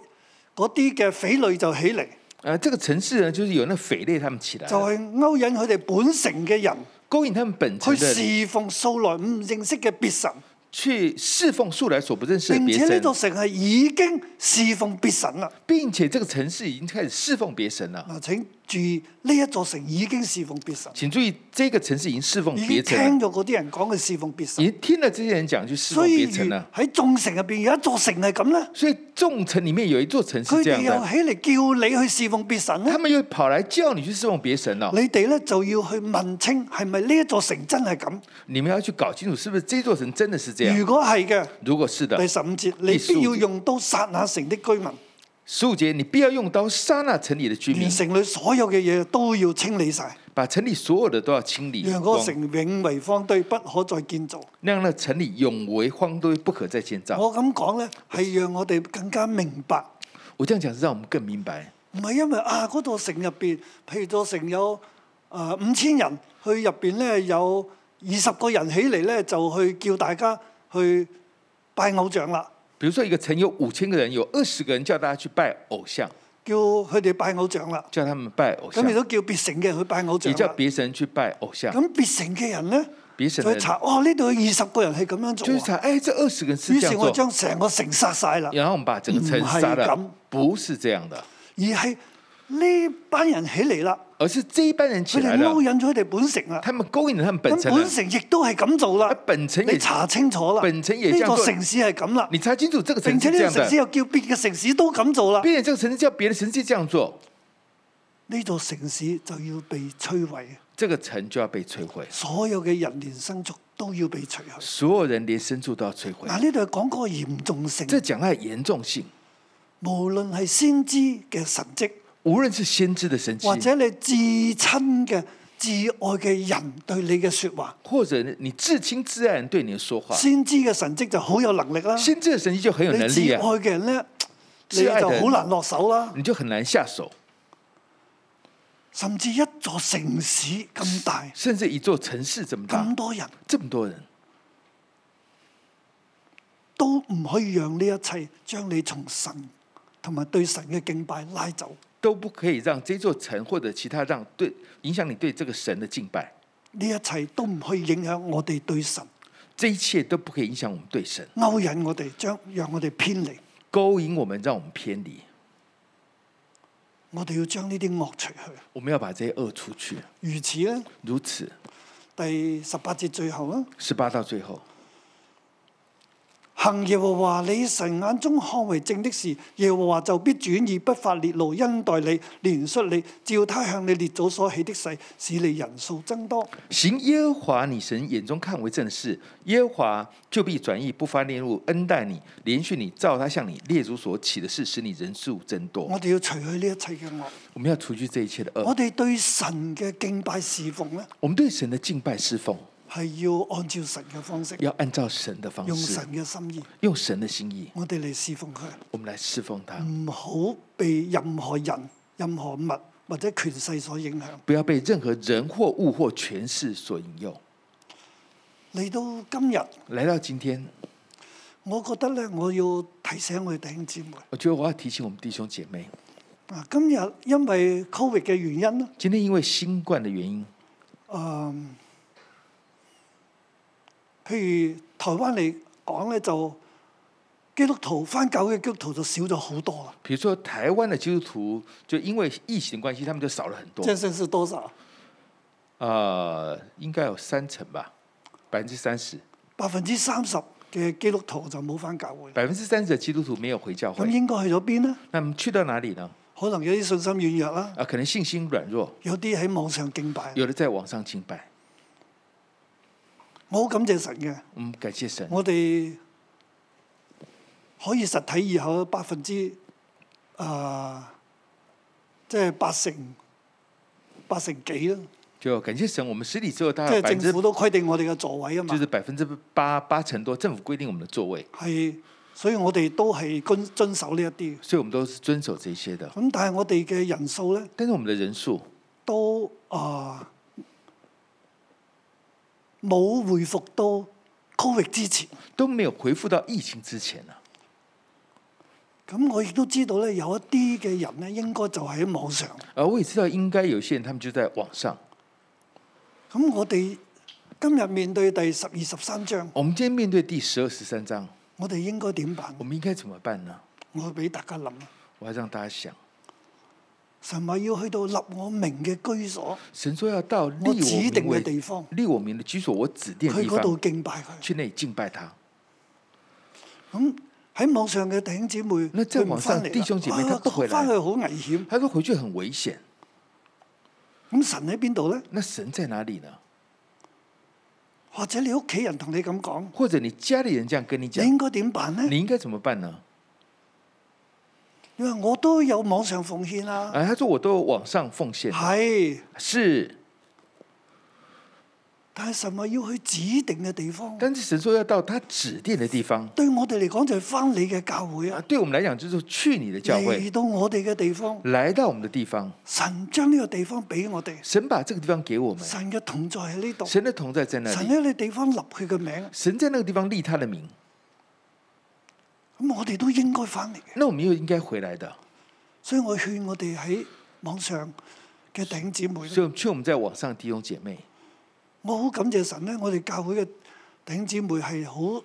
Speaker 2: 嗰啲嘅匪類就起嚟，
Speaker 3: 呃，这个城市呢，就是有那匪类他们起来
Speaker 2: 就
Speaker 3: 了，
Speaker 2: 係、勾引佢哋本城嘅人
Speaker 3: 勾引他们本城
Speaker 2: 去
Speaker 3: 的人
Speaker 2: 侍奉素來唔認識嘅別神，
Speaker 3: 去侍奉素来所不认识的
Speaker 2: 並
Speaker 3: 别
Speaker 2: 且呢
Speaker 3: 神，
Speaker 2: 座城係已經侍奉別神啦。
Speaker 3: 并且这个城市已经开始侍奉别神了。
Speaker 2: 嗱，請注意呢一座城已經侍奉別神，
Speaker 3: 请注意，这个城市已经侍奉
Speaker 2: 已
Speaker 3: 别
Speaker 2: 經
Speaker 3: 神
Speaker 2: 聽
Speaker 3: 了，
Speaker 2: 咗嗰啲人講佢侍奉別
Speaker 3: 已
Speaker 2: 神，
Speaker 3: 经听了这些人讲去侍奉
Speaker 2: 所以
Speaker 3: 别
Speaker 2: 如
Speaker 3: 神了。
Speaker 2: 喺眾城入邊有一座城係咁咧，
Speaker 3: 所以众城里面有一座城
Speaker 2: 佢
Speaker 3: 是这
Speaker 2: 哋
Speaker 3: 样
Speaker 2: 又
Speaker 3: 的，
Speaker 2: 起嚟叫你去侍奉別神咧
Speaker 3: 他。们又跑来叫你去侍奉别神了。
Speaker 2: 你哋咧就要去問清係咪呢一座城真係咁？
Speaker 3: 你们要去搞清楚，是不是这座城真的是这样？
Speaker 2: 如果係嘅，
Speaker 3: 如果是的
Speaker 2: 第，十五節，你
Speaker 3: 第十五節
Speaker 2: 必要用刀殺那城的居民，
Speaker 3: 十五节，你必要用刀杀那城里的居民
Speaker 2: 連，城裏所有嘅嘢都要清理晒，
Speaker 3: 把城里所有的都要清理
Speaker 2: 讓嗰個
Speaker 3: 光，
Speaker 2: 城永為荒堆，不可再建造。
Speaker 3: 让那城里永为荒堆，不可再建造。
Speaker 2: 我咁講咧，係讓我哋更加明白，
Speaker 3: 我这样讲是让我们更明白，
Speaker 2: 唔係因為啊嗰座城入邊，譬如座城有誒呃五千人，去入邊咧有二十個人起嚟咧，就去叫大家去拜偶像啦，
Speaker 3: 比如说一个城有五千个人，有二十个人叫大家去拜偶像，
Speaker 2: 叫佢哋拜偶像啦。
Speaker 3: 叫他们拜偶像
Speaker 2: 咁亦，都叫別城嘅人去拜偶像
Speaker 3: 也叫
Speaker 2: 啦。
Speaker 3: 别神去拜偶像，
Speaker 2: 咁別城嘅人咧，
Speaker 3: 别神
Speaker 2: 就
Speaker 3: 的
Speaker 2: 去
Speaker 3: 人
Speaker 2: 查，哦呢度有二十個人係咁樣做
Speaker 3: 就是
Speaker 2: 啊，
Speaker 3: 查，哎，这二十个人是
Speaker 2: 於
Speaker 3: 这
Speaker 2: 是
Speaker 3: 样
Speaker 2: 我
Speaker 3: 做，
Speaker 2: 將成個城殺晒啦，
Speaker 3: 然后我们把整个城
Speaker 2: 唔係
Speaker 3: 杀
Speaker 2: 咁
Speaker 3: 了，不是这样的，
Speaker 2: 而係呢班人起嚟啦，
Speaker 3: 而是这一班人
Speaker 2: 佢
Speaker 3: 起来
Speaker 2: 哋
Speaker 3: 了
Speaker 2: 勾，引咗佢哋本城啦，
Speaker 3: 他们勾引了他们本
Speaker 2: 咁
Speaker 3: 城人
Speaker 2: 本。城亦都係咁做啦
Speaker 3: 啊，本城也
Speaker 2: 你查清楚啦，
Speaker 3: 本城也
Speaker 2: 呢
Speaker 3: 這樣
Speaker 2: 座
Speaker 3: 做
Speaker 2: 城市係咁啦，
Speaker 3: 你查清楚这个城
Speaker 2: 並且呢
Speaker 3: 市
Speaker 2: 個
Speaker 3: 这样
Speaker 2: 城市
Speaker 3: 的，
Speaker 2: 又叫別嘅城市都咁做啦，
Speaker 3: 并且这个城市叫别的城市这样做，
Speaker 2: 呢座城市就要被摧毀，
Speaker 3: 这个城就要被摧毁，
Speaker 2: 所有嘅人連牲畜都要被除去。
Speaker 3: 所有人连牲畜都要摧毁。
Speaker 2: 嗱，呢度係講嗰個嚴重性。
Speaker 3: 这讲到的严重性，
Speaker 2: 無論係先知嘅神蹟，
Speaker 3: 无论是先知的神迹，
Speaker 2: 或者你至親嘅、至愛嘅人對你嘅説話，
Speaker 3: 或者你至亲至爱人对你的说话，
Speaker 2: 先知嘅神蹟就好有能力啦。
Speaker 3: 先知的神迹就很有
Speaker 2: 你
Speaker 3: 能
Speaker 2: 至
Speaker 3: 力
Speaker 2: 愛
Speaker 3: 啊，
Speaker 2: 嘅人咧，你
Speaker 3: 至愛嘅
Speaker 2: 就
Speaker 3: 人
Speaker 2: 好難落手啦。
Speaker 3: 你就很难下手。
Speaker 2: 甚至一座城市咁大、
Speaker 3: 甚至一座城市这么大
Speaker 2: 咁，多人，
Speaker 3: 这么多人，
Speaker 2: 都唔可以讓呢一切將你從神同埋對神嘅敬拜拉走。
Speaker 3: 都不可以让这座城或者其他让对影响你对这个神的敬拜，
Speaker 2: 呢一切都唔可以影響我哋對神，
Speaker 3: 这一切都不可以影响我们对神，
Speaker 2: 勾引我哋，將讓我哋偏離。
Speaker 3: 勾引我们，让我们偏离。
Speaker 2: 我哋要將呢啲惡除去。
Speaker 3: 我们要把这些恶除去。
Speaker 2: 如此咧。
Speaker 3: 如此，
Speaker 2: 第十八節最後啦，
Speaker 3: 十八到最后，
Speaker 2: 行耶和華你神眼中看為正的事，耶和華就必轉意不發烈怒恩待你，憐恤你，照他向你列祖所起的誓，使你人數增多。
Speaker 3: 行耶和华你神眼中看为正的事，耶和华就必转意不发烈怒，恩待你，连续你，照他向你列祖所起的事，使你人数增多
Speaker 2: 我。哋要除去呢一切嘅惡，
Speaker 3: 我们要除去这一切的恶
Speaker 2: 我。哋對神嘅敬拜侍奉呢，
Speaker 3: 我们对神的敬拜侍奉，
Speaker 2: 係要按照神嘅方式，
Speaker 3: 要按照神的方
Speaker 2: 用
Speaker 3: 式
Speaker 2: 神，嘅心意，
Speaker 3: 用神的心意，
Speaker 2: 我哋嚟侍奉佢，
Speaker 3: 我们来侍奉他，
Speaker 2: 唔好被任何人、任何物或者權勢所影響。
Speaker 3: 不要被任何人或物或权势所引诱。
Speaker 2: 嚟到今日，
Speaker 3: 来到今天，
Speaker 2: 我覺得呢，我要提醒我哋弟兄姊妹。
Speaker 3: 我觉得我要提醒我们弟兄姐妹，
Speaker 2: 啊，今日因為 Covid 嘅原因咧，
Speaker 3: 今天因为新冠的原因，
Speaker 2: 嗯，譬如台灣嚟講咧，就基督徒翻教嘅基督徒就少咗好多啦。
Speaker 3: 比如说台湾的基督徒，就因为疫情的关系，他们就少了很多，
Speaker 2: 正信是多少？
Speaker 3: 呃，应该有三成吧，百分之三十，
Speaker 2: 百分之三十嘅基督徒就冇翻教會。
Speaker 3: 百分之三十的基督徒没有回教
Speaker 2: 咁
Speaker 3: 会，
Speaker 2: 應該去咗邊呢？
Speaker 3: 那么去到哪里呢？
Speaker 2: 可能有啲信心軟弱啦，
Speaker 3: 啊，可能信心软弱，
Speaker 2: 有啲喺網上敬拜。
Speaker 3: 有的在网上敬拜。
Speaker 2: 我好感謝神嘅，
Speaker 3: 我们感谢神，
Speaker 2: 我哋可以實體以後百分之啊，即係八成八成幾啦。
Speaker 3: 就感谢神，我们实体之后大
Speaker 2: 即
Speaker 3: 概
Speaker 2: 係
Speaker 3: 啊百分之
Speaker 2: 政府都規定我哋嘅座位啊嘛
Speaker 3: 就是，百分之八八成多，政府规定我们的座位，
Speaker 2: 係，所以我哋都係遵遵守呢一啲。
Speaker 3: 所以我们都是遵守这些的。
Speaker 2: 咁但係我哋嘅人數咧，
Speaker 3: 但是我们的人数
Speaker 2: 都啊冇回復到 Covid 之前，
Speaker 3: 啊都没有回复到疫情之前了、
Speaker 2: 咁我亦都知道咧，有一啲嘅人咧，應該就喺網上。
Speaker 3: 而我也知道，应该有些人他们就在网上。
Speaker 2: 咁我哋今日面對第十二十三章，
Speaker 3: 我们今天面對第十二十三章，
Speaker 2: 我哋應該點辦
Speaker 3: 我？們應該怎麼辦呢？
Speaker 2: 我俾大家諗，
Speaker 3: 我要讓大家想，
Speaker 2: 神話要去到立我名嘅居所，
Speaker 3: 神說要到立
Speaker 2: 我
Speaker 3: 我
Speaker 2: 指定
Speaker 3: 名
Speaker 2: 嘅
Speaker 3: 為
Speaker 2: 地方，
Speaker 3: 立我名的居所，我指定的
Speaker 2: 佢
Speaker 3: 地
Speaker 2: 嗰度
Speaker 3: 方，
Speaker 2: 敬拜佢。
Speaker 3: 去那裡敬拜他。
Speaker 2: 咁喺網上嘅弟兄姊妹，
Speaker 3: 那在
Speaker 2: 佢唔
Speaker 3: 網上
Speaker 2: 返嚟啦
Speaker 3: 弟兄姐妹
Speaker 2: 啊
Speaker 3: 他不回來
Speaker 2: 返去好危險。
Speaker 3: 他說回去很危險，
Speaker 2: 咁神喺邊度咧？
Speaker 3: 那神在哪裡呢？
Speaker 2: 或者你屋企人同你咁講，
Speaker 3: 或者你家裡人這樣跟你
Speaker 2: 你應
Speaker 3: 講，
Speaker 2: 該點辦咧？
Speaker 3: 你應該怎麼辦呢？
Speaker 2: 你話我都有網上奉獻啦，
Speaker 3: 啊，他說我都往上奉獻，
Speaker 2: 係，
Speaker 3: 是，
Speaker 2: 但係神話要去指定嘅地方，
Speaker 3: 但是神說要到他指定的地方，
Speaker 2: 對我哋嚟講就係翻你嘅教會
Speaker 3: 啊，
Speaker 2: 啊，
Speaker 3: 對我們來講就是去你的教
Speaker 2: 嚟
Speaker 3: 會，
Speaker 2: 到我哋嘅地方，
Speaker 3: 來到我們的地方，
Speaker 2: 神將呢個地方俾我哋，
Speaker 3: 神把這個地方給我們，
Speaker 2: 神嘅同在喺呢度，神
Speaker 3: 神的同在在那裡，
Speaker 2: 喺你地方立佢嘅名，
Speaker 3: 神在那個地方立他的名。
Speaker 2: 咁我哋都應該翻嚟嘅，
Speaker 3: 那我们又應該回來的。
Speaker 2: 所以我勸我哋喺網上嘅弟兄姊妹咧
Speaker 3: 所以，我們劝我們在網上的弟兄姐妹，
Speaker 2: 我好感謝神咧，我哋教會嘅弟兄姊妹係好，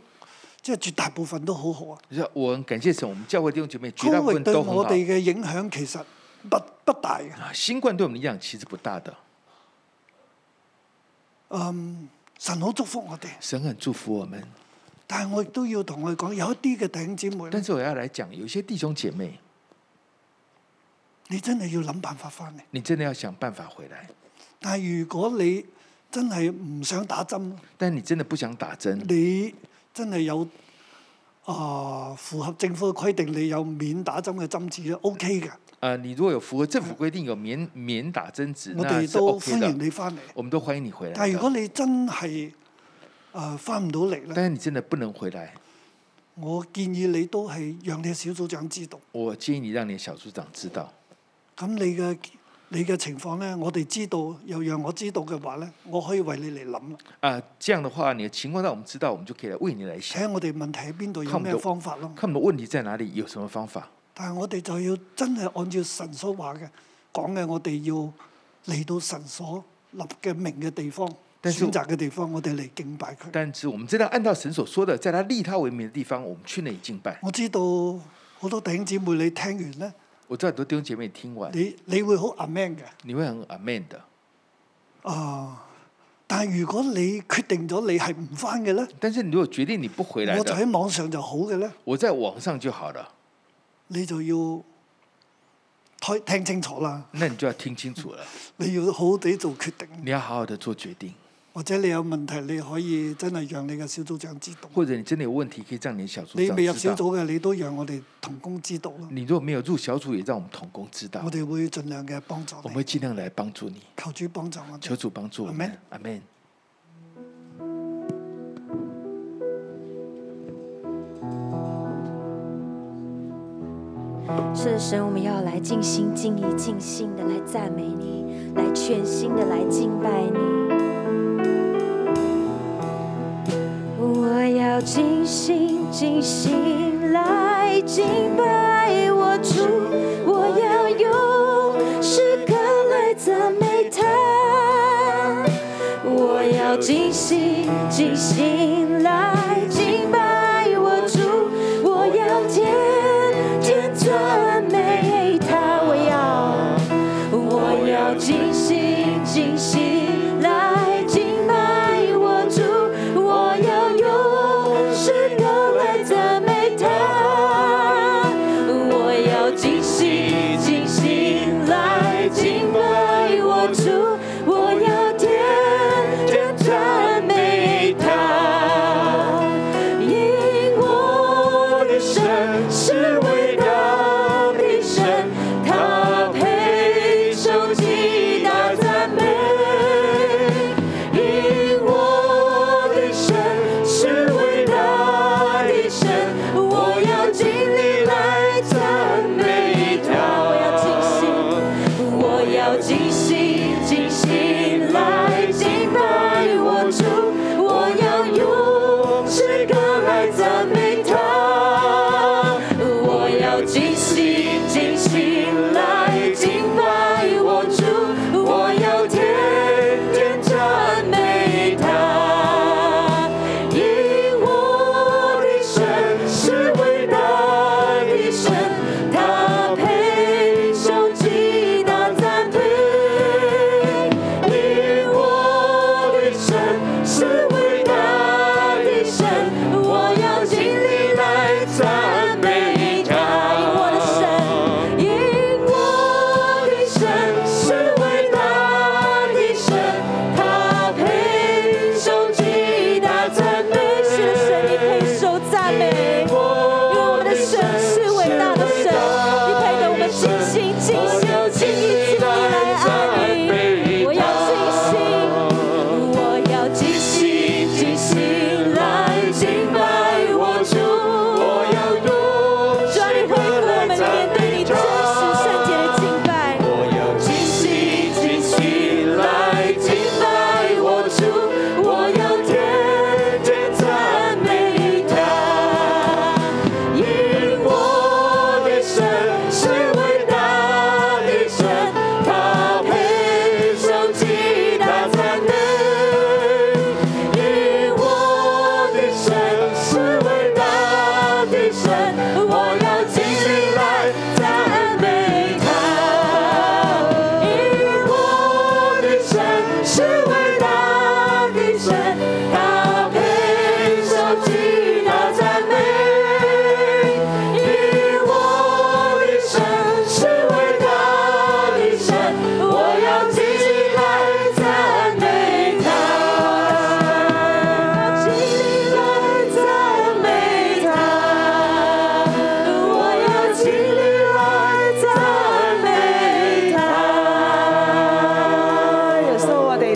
Speaker 2: 即係絕大部分都好好啊。
Speaker 3: 就是我很感謝神，我們教會弟兄姐妹絕大部
Speaker 2: Covid
Speaker 3: 分
Speaker 2: 對
Speaker 3: 都很
Speaker 2: 我
Speaker 3: 好
Speaker 2: 哋。嘅影響其實不不大嘅。
Speaker 3: 啊新冠對我們影響其實不大的，
Speaker 2: 神好祝福我哋，
Speaker 3: 神很祝福我們。
Speaker 2: 但係我亦都要同佢講，有一啲嘅弟兄姊妹呢
Speaker 3: 但是我要來講，有一些弟兄姐妹，
Speaker 2: 你真係要諗辦法翻嚟。
Speaker 3: 你真的要想辦法回來。
Speaker 2: 但係如果你真係唔想打針，
Speaker 3: 但你真的不想打針，
Speaker 2: 你真係有啊、符合政府嘅規定，你有免打針嘅針紙咧，OK 嘅，
Speaker 3: 啊，你如果有符合政府規定有免免打針紙，
Speaker 2: 我
Speaker 3: 嗯那
Speaker 2: 哋
Speaker 3: 是
Speaker 2: 都
Speaker 3: OK
Speaker 2: 歡迎
Speaker 3: 的，
Speaker 2: 你翻嚟。
Speaker 3: 我們都歡迎你回
Speaker 2: 但
Speaker 3: 來
Speaker 2: 係如果
Speaker 3: 的。
Speaker 2: 你真係誒翻唔到嚟咧，
Speaker 3: 但是你真的不能回來，
Speaker 2: 我建議你都係讓你嘅小組長知道。
Speaker 3: 我建議你讓你的小組長知道。
Speaker 2: 咁你嘅你嘅情況咧，我哋知道，又讓我知道嘅話咧，我可以為你嚟諗啦，
Speaker 3: 啊，這樣的話，你的情況讓我們知道，我們就可以來為你來
Speaker 2: 睇
Speaker 3: 想。
Speaker 2: 下我哋問題喺邊度，有
Speaker 3: 看唔
Speaker 2: 咩
Speaker 3: 到
Speaker 2: 方法咯。
Speaker 3: 看我們的問題在哪裡，有什麼方法？
Speaker 2: 但係我哋就要真係按照神所話嘅講嘅，我哋要嚟到神所立嘅名嘅地方，
Speaker 3: 但是
Speaker 2: 選擇嘅地方，我哋嚟敬拜佢。
Speaker 3: 但是我們真的按照神所說的，在他立他為名的地方，我們去那裡敬拜。
Speaker 2: 我知道好多弟兄姊妹，你聽完咧，
Speaker 3: 我知道很多弟兄姐妹聽完，
Speaker 2: 你你會好 amen 嘅。
Speaker 3: 你會很 amen 的。
Speaker 2: 啊！但係如果你決定咗你係唔翻嘅咧，
Speaker 3: 但是你如果決定你不回來
Speaker 2: 我就
Speaker 3: 的，
Speaker 2: 喺網上就好嘅咧，
Speaker 3: 我在網上就好了。
Speaker 2: 你就要睇聽清楚啦。
Speaker 3: 那你就要聽清楚了，
Speaker 2: 你要好好地做決定，
Speaker 3: 你要好好的做決定，
Speaker 2: 或者你有問題，你可以真係讓你嘅小組長知道。
Speaker 3: 或者你真的有問題，可以讓你的小組
Speaker 2: 你未入
Speaker 3: 長
Speaker 2: 小
Speaker 3: 知道。嗯
Speaker 2: 組嘅，你都讓我哋同工知道啦。
Speaker 3: 你如果沒有入小組，也讓我們同工知道
Speaker 2: 我，哋會盡量嘅幫助
Speaker 3: 我們
Speaker 2: 你
Speaker 3: 會，盡量來幫助你。
Speaker 2: 求主幫助我
Speaker 3: 求
Speaker 2: 哋。
Speaker 3: 主幫助我們，阿門。
Speaker 4: 是的，神，我们要来尽心尽意尽心的来赞美你，来全心的来敬拜你。我要尽心尽心来敬拜我主，我要用诗歌来赞美他。我要尽心尽心来敬拜我主，我要天天赞美他，我要我要尽心尽心来敬拜我主，我要用诗歌来赞美他，我要尽心尽心来敬拜我主，我要天天赞美他。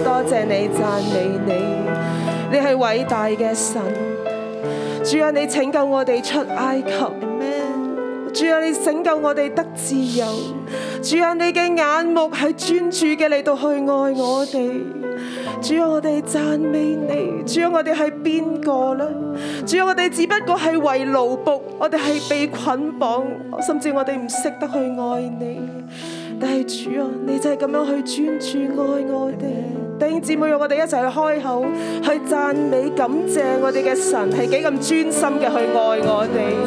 Speaker 5: 多謝你，讚美你，你係偉大嘅神。主啊，你拯救我哋出埃及。主啊，你拯救我哋得自由。主啊，你嘅眼目係專注嘅嚟到去愛我哋。主啊，我哋讚美你。主啊，我哋係邊個呢？主啊，我哋只不過係為奴仆，我哋係被捆綁，甚至我哋唔識得去愛你。但係主啊，你就係咁樣去專注愛我哋。弟兄姊妹，讓我哋一齊去開口去讚美感謝我哋嘅神係幾咁專心嘅去愛我哋。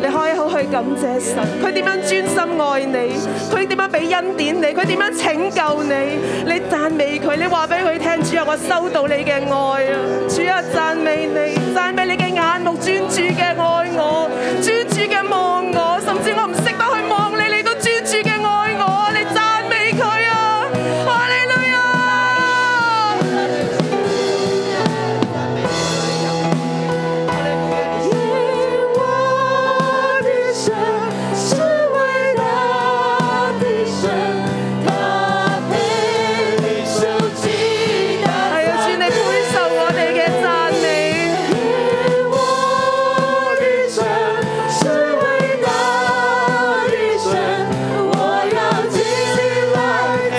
Speaker 5: 你開口去感謝神，佢點樣專心愛你，佢點樣俾恩典你，佢點樣拯救你，你讚美佢，你話俾佢聽，主啊，我收到你嘅愛啊，主啊，讚美你，讚美你嘅眼目專注嘅愛我，專注嘅望我，甚至我唔識得去望你，你都專注嘅愛我，你讚美佢啊，哈利路亞！因我的神是伟大的神，他配你受极大的。係啊，主你配受我哋嘅讚美。因我的神是偉大的神，我要竭力來讚美。主，我哋要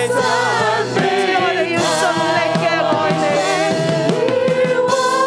Speaker 5: 盡力嘅愛
Speaker 6: 啊
Speaker 5: 你。因我的神是偉大的神，他配受極大讚美。因我的神是偉大的神，我要盡力來讚美他。
Speaker 6: 偉大嘅神啊，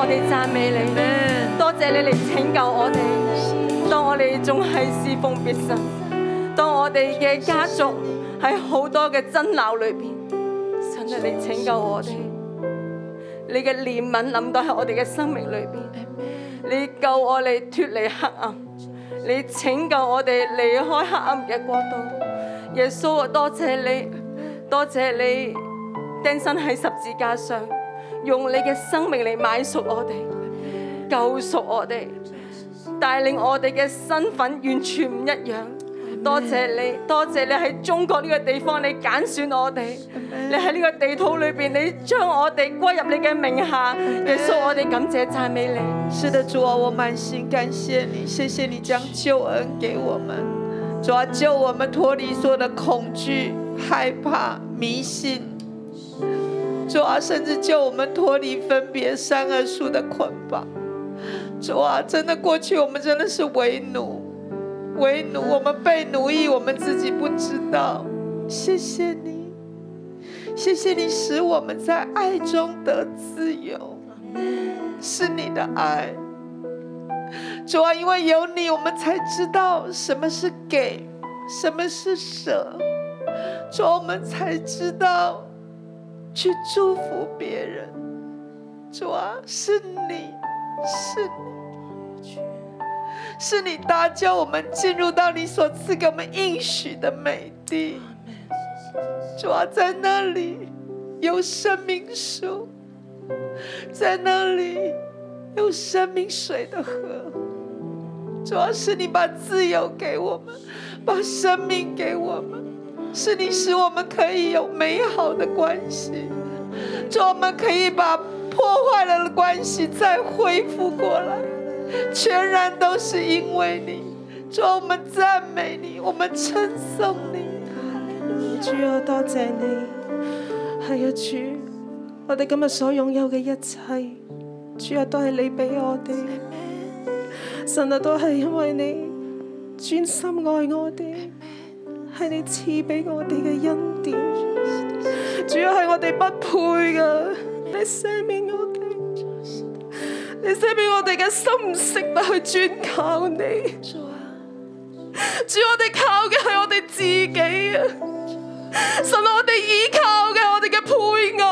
Speaker 6: 我哋讚美你，多謝你嚟拯救我哋。當我哋仲係侍奉別神，當我哋嘅家族喺好多嘅爭鬧裏邊，神啊，你拯救我哋。你嘅憐憫臨到喺我哋嘅生命裏邊，你救我哋脫離黑暗，你拯救我哋離開黑暗嘅國度。耶穌啊，多謝你，多謝你釘身喺十字架上。用你嘅生命嚟買贖我哋，救贖我哋，帶領我哋嘅身份完全唔一樣。多謝你，多謝你喺中國呢個地方，你揀選我哋，你喺呢個地土裏邊，你將我哋歸入你嘅名下。耶穌，我哋感謝讚美你。
Speaker 7: 是的，主啊，我满心感谢你，谢谢你将救恩给我们，主啊，救我们脱离所有的恐惧、害怕、迷信，主啊，甚至救我们脱离分别善恶树的捆绑。主啊，真的过去我们真的是为奴，为奴，我们被奴役，我们自己不知道。谢谢你，谢谢你使我们在爱中得自由。是你的爱。主啊，因为有你，我们才知道什么是给，什么是舍。主啊，我们才知道去祝福别人。主啊，是你，是你，是你搭救我们进入到你所赐给我们应许的美地。主啊，在那里有生命树。在那里有生命水的河。主要是你把自由给我们，把生命给我们，是你使我们可以有美好的关系。主，我们可以把破坏了的关系再恢复过来，全然都是因为你。主，我们赞美你，我们称颂你。
Speaker 5: 主啊，多謝你，係啊，主，我哋今日所擁有嘅一切，主啊，都係你俾我哋，神啊，都係因為你專心愛我哋，係你賜俾我哋嘅恩典，主要係我哋不配噶，你赦免我哋，你赦免我哋嘅心唔識得去專靠你，主，我哋靠嘅係我哋自己啊！神啊我哋依靠嘅係我哋嘅配偶，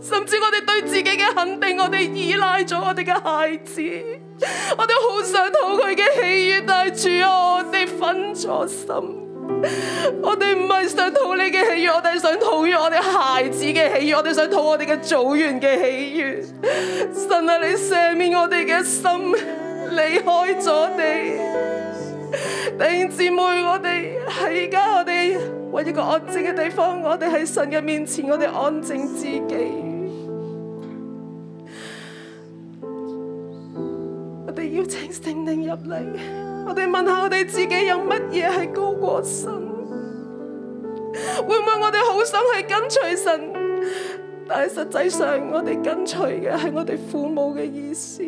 Speaker 5: 甚至我哋對自己嘅肯定，我哋依賴咗我哋嘅孩子，我哋好想討佢嘅喜悦，但係主啊，我哋分咗心。我哋唔係想討你嘅喜悦，我哋係想討悦我哋孩子嘅喜悦，我哋想討我哋嘅組員嘅喜悦。神啊，你赦免我哋嘅心離開咗你。弟兄姊妹，我哋喺而家我哋揾一個安靜嘅地方，我哋喺神嘅面前，我哋安靜自己。我哋邀請聖靈入嚟，我哋問下我哋自己有乜嘢係高過神？會唔會我哋好想係跟隨神，但係實際上我哋跟隨嘅係我哋父母嘅意思，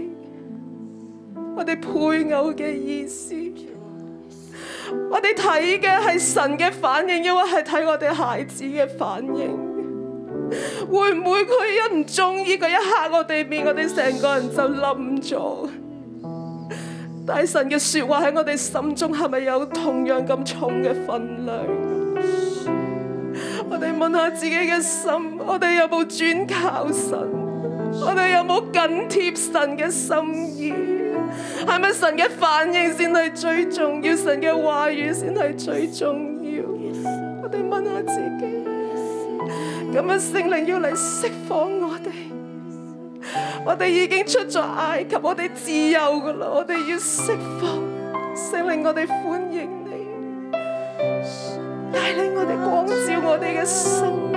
Speaker 5: 我哋配偶嘅意思，我哋睇嘅係神嘅反應，抑或係睇我哋孩子嘅反應。會唔會佢一唔中意嗰一刻我哋面，我哋成個人就冧咗？大神嘅說話喺我哋心中係咪有同樣咁重嘅分量？我哋問下自己嘅心，我哋有冇專靠神？我哋有冇緊貼神嘅心意？係咪神嘅反應先係最重要？神嘅話語先係最重要？我哋問下自己。咁樣聖靈要嚟釋放我哋，我哋已經出咗埃及，我哋自由噶啦，我哋要釋放聖靈，我哋歡迎你，帶領我哋光照我哋嘅心，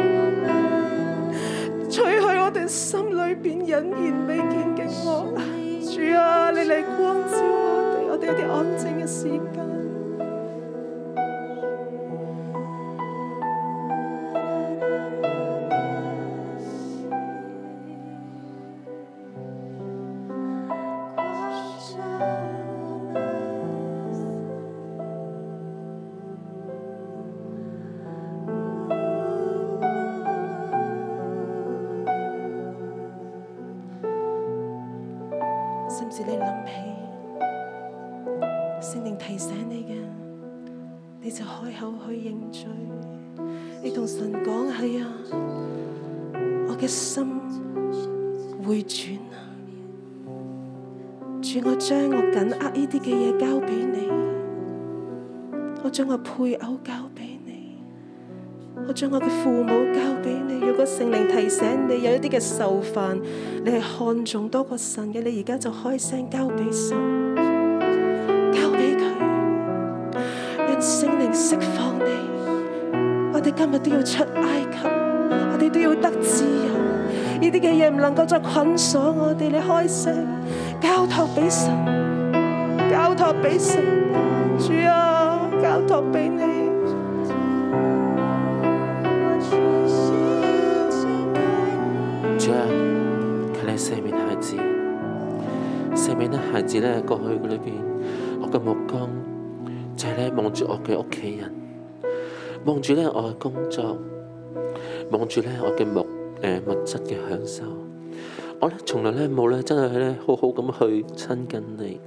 Speaker 5: 除去我哋心裏邊隱然未見嘅惡。主啊，你嚟光照我哋，我哋有啲安靜嘅時間。甚至你諗起聖靈提醒你嘅，你就開口去認罪。你同神講係啊，我嘅心回轉啊！主，我將我緊握呢啲嘅嘢交俾你，我將我配偶交俾你，我將我嘅父母交俾你。如果聖靈提醒你有一啲嘅受犯，你係看重多過神嘅，你而家就開聲交俾神，交俾佢，讓聖靈釋放你。我哋今日都要出埃及，我哋都要得自由。呢啲嘅嘢唔能夠再捆鎖我哋，你開聲交託俾神，交託俾神，主啊，交託俾你。
Speaker 8: 主啊，求你赦免孩子，赦免咧孩子咧過去嘅裏邊，我嘅目光就係咧望住我嘅屋企人，望住咧我嘅工作，望住咧我嘅物誒物質嘅享受，我咧從來咧冇咧真係咧好好咁去親近你。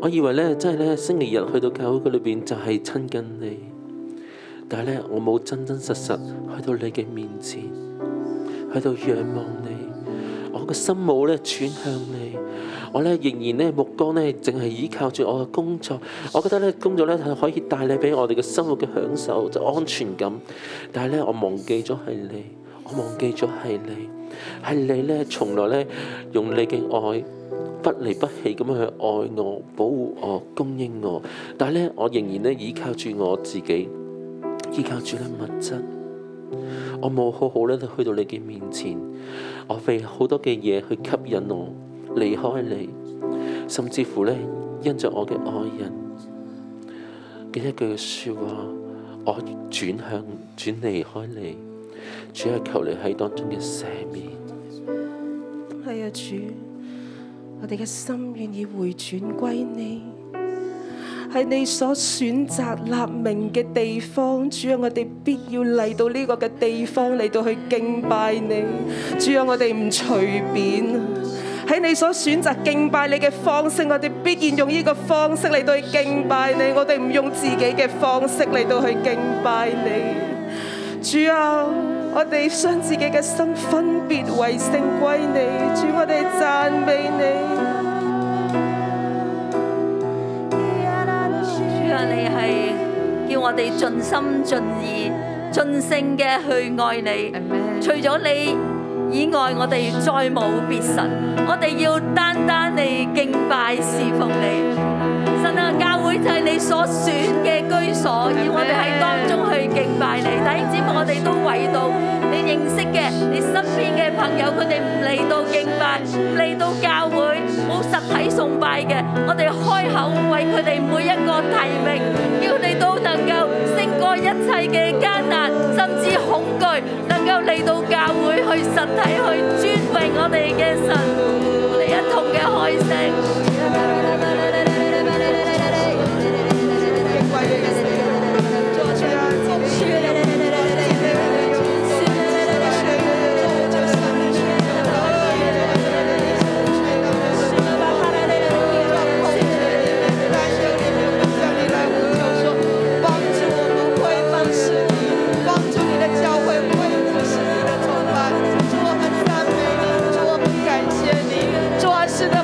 Speaker 8: 我以為咧，真係咧，星期日去到教會嘅裏邊就係親近你，但係咧，我冇真真實實去到你嘅面前。喺度仰望你，我嘅心冇咧轉向你，我咧仍然咧目光咧淨係依靠住我嘅工作，我覺得咧工作咧係可以帶你俾我哋嘅生活嘅享受，就安全感。但係咧，我忘記咗係你，我忘記咗係你，係你咧從來咧用你嘅愛。不離不棄咁樣去愛我、保護我、供應我，但係咧，我仍然咧依靠住我自己，依靠住咧物質。我冇好好咧去到你嘅面前，我被好多嘅嘢去吸引我離開你，甚至乎咧因着我嘅愛人嘅一句說話，我轉向轉離開你，主係求你喺當中嘅赦免。
Speaker 5: 係啊，主，我哋嘅心願意回轉歸你，喺你所選擇立名嘅地方，主啊，我哋必要嚟到呢個嘅地方嚟到去敬拜你，主啊，我哋唔隨便啊。喺你所選擇敬拜你嘅方式，我哋必然用呢個方式嚟到去敬拜你。我哋唔用自己嘅方式嚟到去敬拜你。主啊，我哋將自己嘅心分別為聖歸你，主，我哋讚美你。
Speaker 9: 主啊，你係我哋盡心盡意、盡性嘅去愛你。除咗你以外，我哋再冇別神，我哋要單單你敬拜侍奉你。神啊，教會就係你所選嘅居所，要我哋喺當中去敬拜你。弟兄姊妹，我哋都為到你認識嘅、你身邊嘅朋友，佢哋唔嚟到敬拜，唔嚟到教會，冇實體崇拜嘅，我哋開口為佢哋每一個提名，叫你都能夠勝過一切嘅艱難，甚至恐懼，能夠嚟到教會去實體去尊榮我哋嘅神。我哋一同嘅開聲。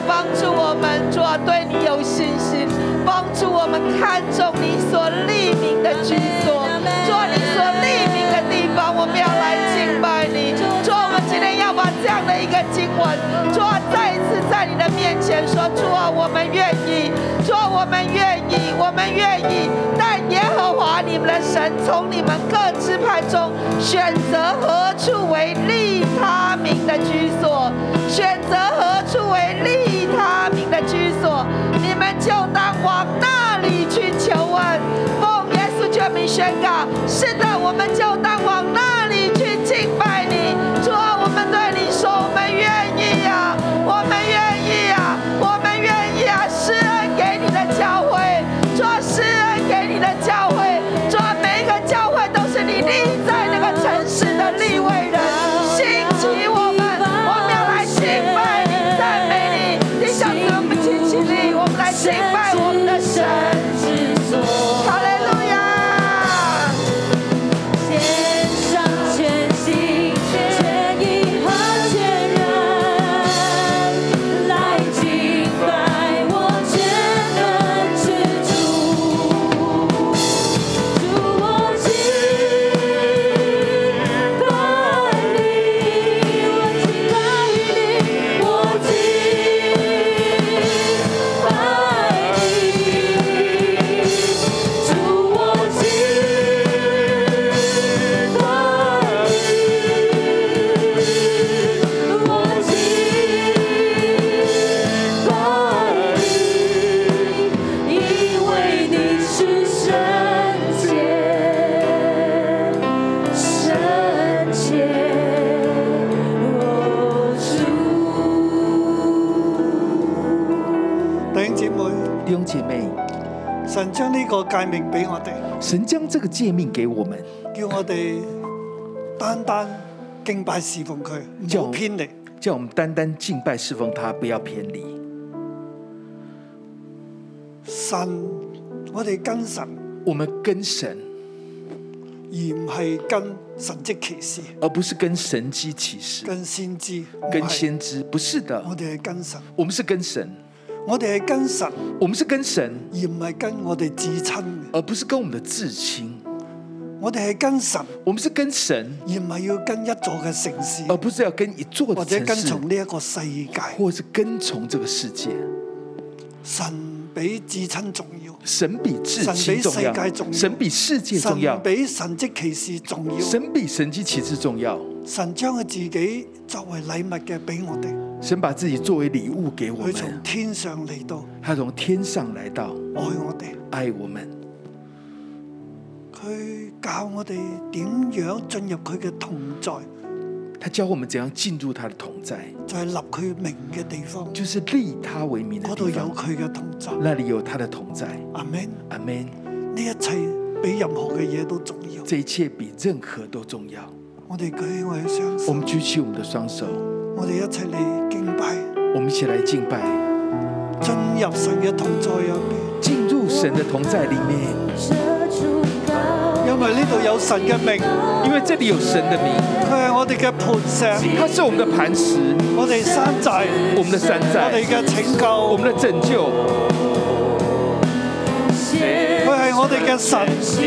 Speaker 10: 帮助我们，主啊，对你有信心，帮助我们看重你所立名的居所，主啊，你所立名的地方，我们要来敬拜你。主啊，我们今天要把这样的一个经文，主啊，再一次在你的面前说，主啊，我们愿意，主啊，我们愿意，我们愿意。但耶和华你们的神从你们各支派中选择何处为利他民的居所，选择何处为利他民的居所，你们就当往那里去求问。奉耶稣全名宣告，是的，我们就当往那里去敬拜你。主啊，我们对你说，我们愿意呀、我们愿意呀、啊我们愿意呀、施恩给你的教会，主啊，施恩给你的教会，主啊，每一个教会都是你立在那个城市的立位人，兴起我们，我们要来敬拜你，赞美你，弟兄姊妹，我们起起立，我们来敬拜我们的神。哈利路亚！
Speaker 4: 献上全心、全意和全人，来敬拜我全能之主。主，我敬拜你，我敬拜你，我敬拜你。主，我敬拜你，我敬拜你，因为你是圣洁，圣洁，我主。
Speaker 2: 弟兄姊妹，
Speaker 3: 弟兄姐妹，
Speaker 2: 神將呢個界命俾我哋，
Speaker 3: 神将这个诫命给我们，
Speaker 2: 叫我哋單單敬拜侍奉佢，唔好
Speaker 3: 有
Speaker 2: 偏離。
Speaker 3: 叫我们单单敬拜侍奉他，不要偏离。
Speaker 2: 神，我哋跟神，
Speaker 3: 我们跟神，
Speaker 2: 而唔係跟神蹟奇事、
Speaker 3: 而不是跟神机骑士、
Speaker 2: 跟先知、
Speaker 3: 跟
Speaker 2: 唔係
Speaker 3: 先知，不是
Speaker 2: 我
Speaker 3: 的。
Speaker 2: 哋係跟神，
Speaker 3: 我们是跟神，
Speaker 2: 我哋係跟神，而
Speaker 3: 我们是跟神，
Speaker 2: 唔係跟我哋至親嘅。
Speaker 3: 而不是跟我们的至亲。
Speaker 2: 我哋係跟神，
Speaker 3: 我们是跟神，
Speaker 2: 而唔係要跟一座嘅城市，
Speaker 3: 而不是要跟一座
Speaker 2: 或
Speaker 3: 的
Speaker 2: 者
Speaker 3: 城
Speaker 2: 跟
Speaker 3: 市，
Speaker 2: 從呢一個世界。
Speaker 3: 或是跟从这个世界。
Speaker 2: 神比至親重要，
Speaker 3: 神比至亲重
Speaker 2: 神比世界重要
Speaker 3: 要，神比世界重要
Speaker 2: 神，比神蹟奇事重要。
Speaker 3: 神比神机骑士重要。
Speaker 2: 神將佢自己作為禮物嘅俾我哋，
Speaker 3: 神把自己作为礼物给我
Speaker 2: 佢從
Speaker 3: 们，
Speaker 2: 天上嚟到
Speaker 3: 他从天上来到，
Speaker 2: 愛我哋，
Speaker 3: 爱我们。
Speaker 2: 佢教我哋點樣進入佢嘅同在，
Speaker 3: 他教我们怎样进入他的同在，
Speaker 2: 就係、立佢名嘅地方，
Speaker 3: 就是立他为名的
Speaker 2: 嗰
Speaker 3: 地
Speaker 2: 度有
Speaker 3: 方，
Speaker 2: 佢嘅同在。
Speaker 3: 那里有他的同在。
Speaker 2: 阿 Man，
Speaker 3: 阿门。
Speaker 2: 呢一切比任何嘅嘢都重要。
Speaker 3: 这一切比任何都重要。
Speaker 2: 我哋舉起我哋雙
Speaker 3: 我
Speaker 2: 手，
Speaker 3: 们举起我们的双手，
Speaker 2: 我哋一齊嚟敬拜，
Speaker 3: 我们一起来敬拜，
Speaker 2: 進入神嘅同在入邊，
Speaker 3: 进入神的同在里面，
Speaker 2: 因為呢度有神嘅名，
Speaker 3: 因为这里有神的名，
Speaker 2: 佢係我哋嘅磐石，
Speaker 3: 他是我们的磐石，
Speaker 2: 我哋山寨，
Speaker 3: 我们的山
Speaker 2: 我哋
Speaker 3: 寨，
Speaker 2: 嘅拯救
Speaker 3: 我。们的拯救。
Speaker 2: 佢係
Speaker 11: 係我哋嘅神，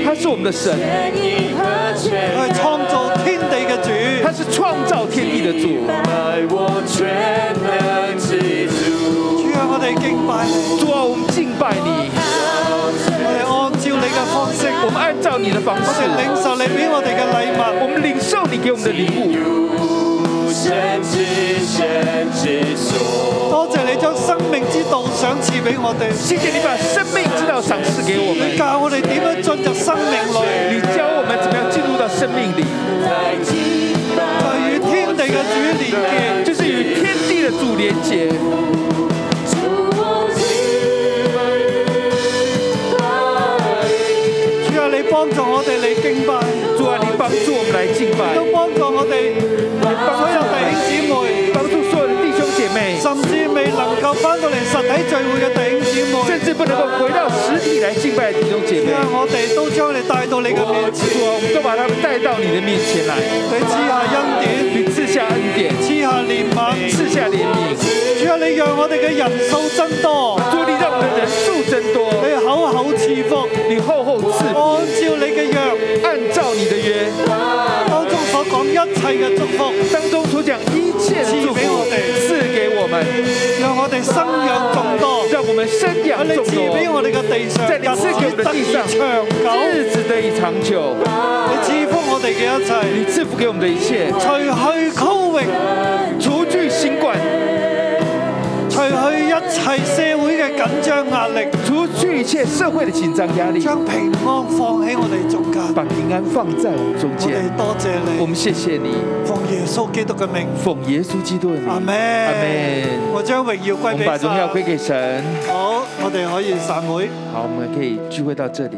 Speaker 3: 他是我们的神，
Speaker 11: 佢係創造天地嘅主
Speaker 3: 他，是创造天地的主。
Speaker 11: 主啊，我哋敬拜你，
Speaker 3: 主啊，我们敬拜你，
Speaker 11: 我哋按照你嘅方式，
Speaker 3: 我们按照你的方
Speaker 11: 我哋
Speaker 3: 式，
Speaker 11: 領受你俾我哋嘅禮物。
Speaker 3: 我们领受你给我们的礼物。
Speaker 11: 多謝你將生命之道賞賜俾我哋，
Speaker 3: 谢谢你把生命之道赏赐给我们，
Speaker 11: 教我哋點樣進入生命裏，
Speaker 3: 你教我们怎么样进入到生命里，
Speaker 11: 就與天地嘅主連結。
Speaker 3: 就是与天地的主连结。
Speaker 11: 主啊，你幫助我哋嚟敬拜，
Speaker 3: 主啊，你帮助我们来敬拜，
Speaker 11: 都幫助我哋所有弟兄姊妹，
Speaker 3: 帮助所有的弟兄姐妹，
Speaker 11: 甚至未能夠翻到嚟實體聚會嘅弟兄姊妹
Speaker 3: 甚。至不能够回到实体来敬拜的弟兄姐妹
Speaker 11: 主。啊，我哋都將你帶到你嘅面前，
Speaker 3: 主啊，我们都把他们带到你的面前来，
Speaker 11: 你賜下恩典，
Speaker 3: 你赐下恩典，
Speaker 11: 賜下憐憫。
Speaker 3: 赐下怜悯。
Speaker 11: 主啊，你讓我哋嘅人數增多，
Speaker 3: 主啊，你让我们的人数增多，
Speaker 11: 你口口賜福，
Speaker 3: 你厚厚赐福，
Speaker 11: 按照你嘅約。
Speaker 3: 按照你的约
Speaker 11: 當中所講一切嘅祝福，
Speaker 3: 当中所讲一切的祝福
Speaker 11: 赐给我们，
Speaker 3: 赐给我们，
Speaker 11: 讓我哋生養眾多。
Speaker 3: 让我们生
Speaker 11: 喺
Speaker 3: 养
Speaker 11: 你
Speaker 3: 众
Speaker 11: 賜俾
Speaker 3: 多，
Speaker 11: 我哋嘅地上，
Speaker 3: 在你
Speaker 11: 日
Speaker 3: 赐
Speaker 11: 子
Speaker 3: 给我们的
Speaker 11: 得以
Speaker 3: 地上，
Speaker 11: 長久。
Speaker 3: 日子得以长久。
Speaker 11: 你賜福我哋嘅一
Speaker 3: 你
Speaker 11: 切，
Speaker 3: 赐福给我们的一切，
Speaker 11: 除去高榮，
Speaker 3: 除去新冠，
Speaker 11: 除去一切社會嘅緊張壓力，
Speaker 3: 除去一切社会的紧张压力，
Speaker 11: 將平安放喺我哋中間。
Speaker 3: 把平安放在我们中
Speaker 11: 我
Speaker 3: 间。
Speaker 11: 哋多謝
Speaker 3: 我
Speaker 11: 你，
Speaker 3: 们谢谢你，
Speaker 11: 奉耶穌基督嘅名，
Speaker 3: 奉耶稣基督的名，
Speaker 11: 阿門。
Speaker 3: 阿门。
Speaker 11: 我將榮耀
Speaker 3: 我
Speaker 11: 歸
Speaker 3: 们把荣耀归
Speaker 11: 俾
Speaker 3: 给
Speaker 11: 神。
Speaker 3: 神。
Speaker 11: 好，我哋可以散會。
Speaker 3: 好，我们可以聚会到这里。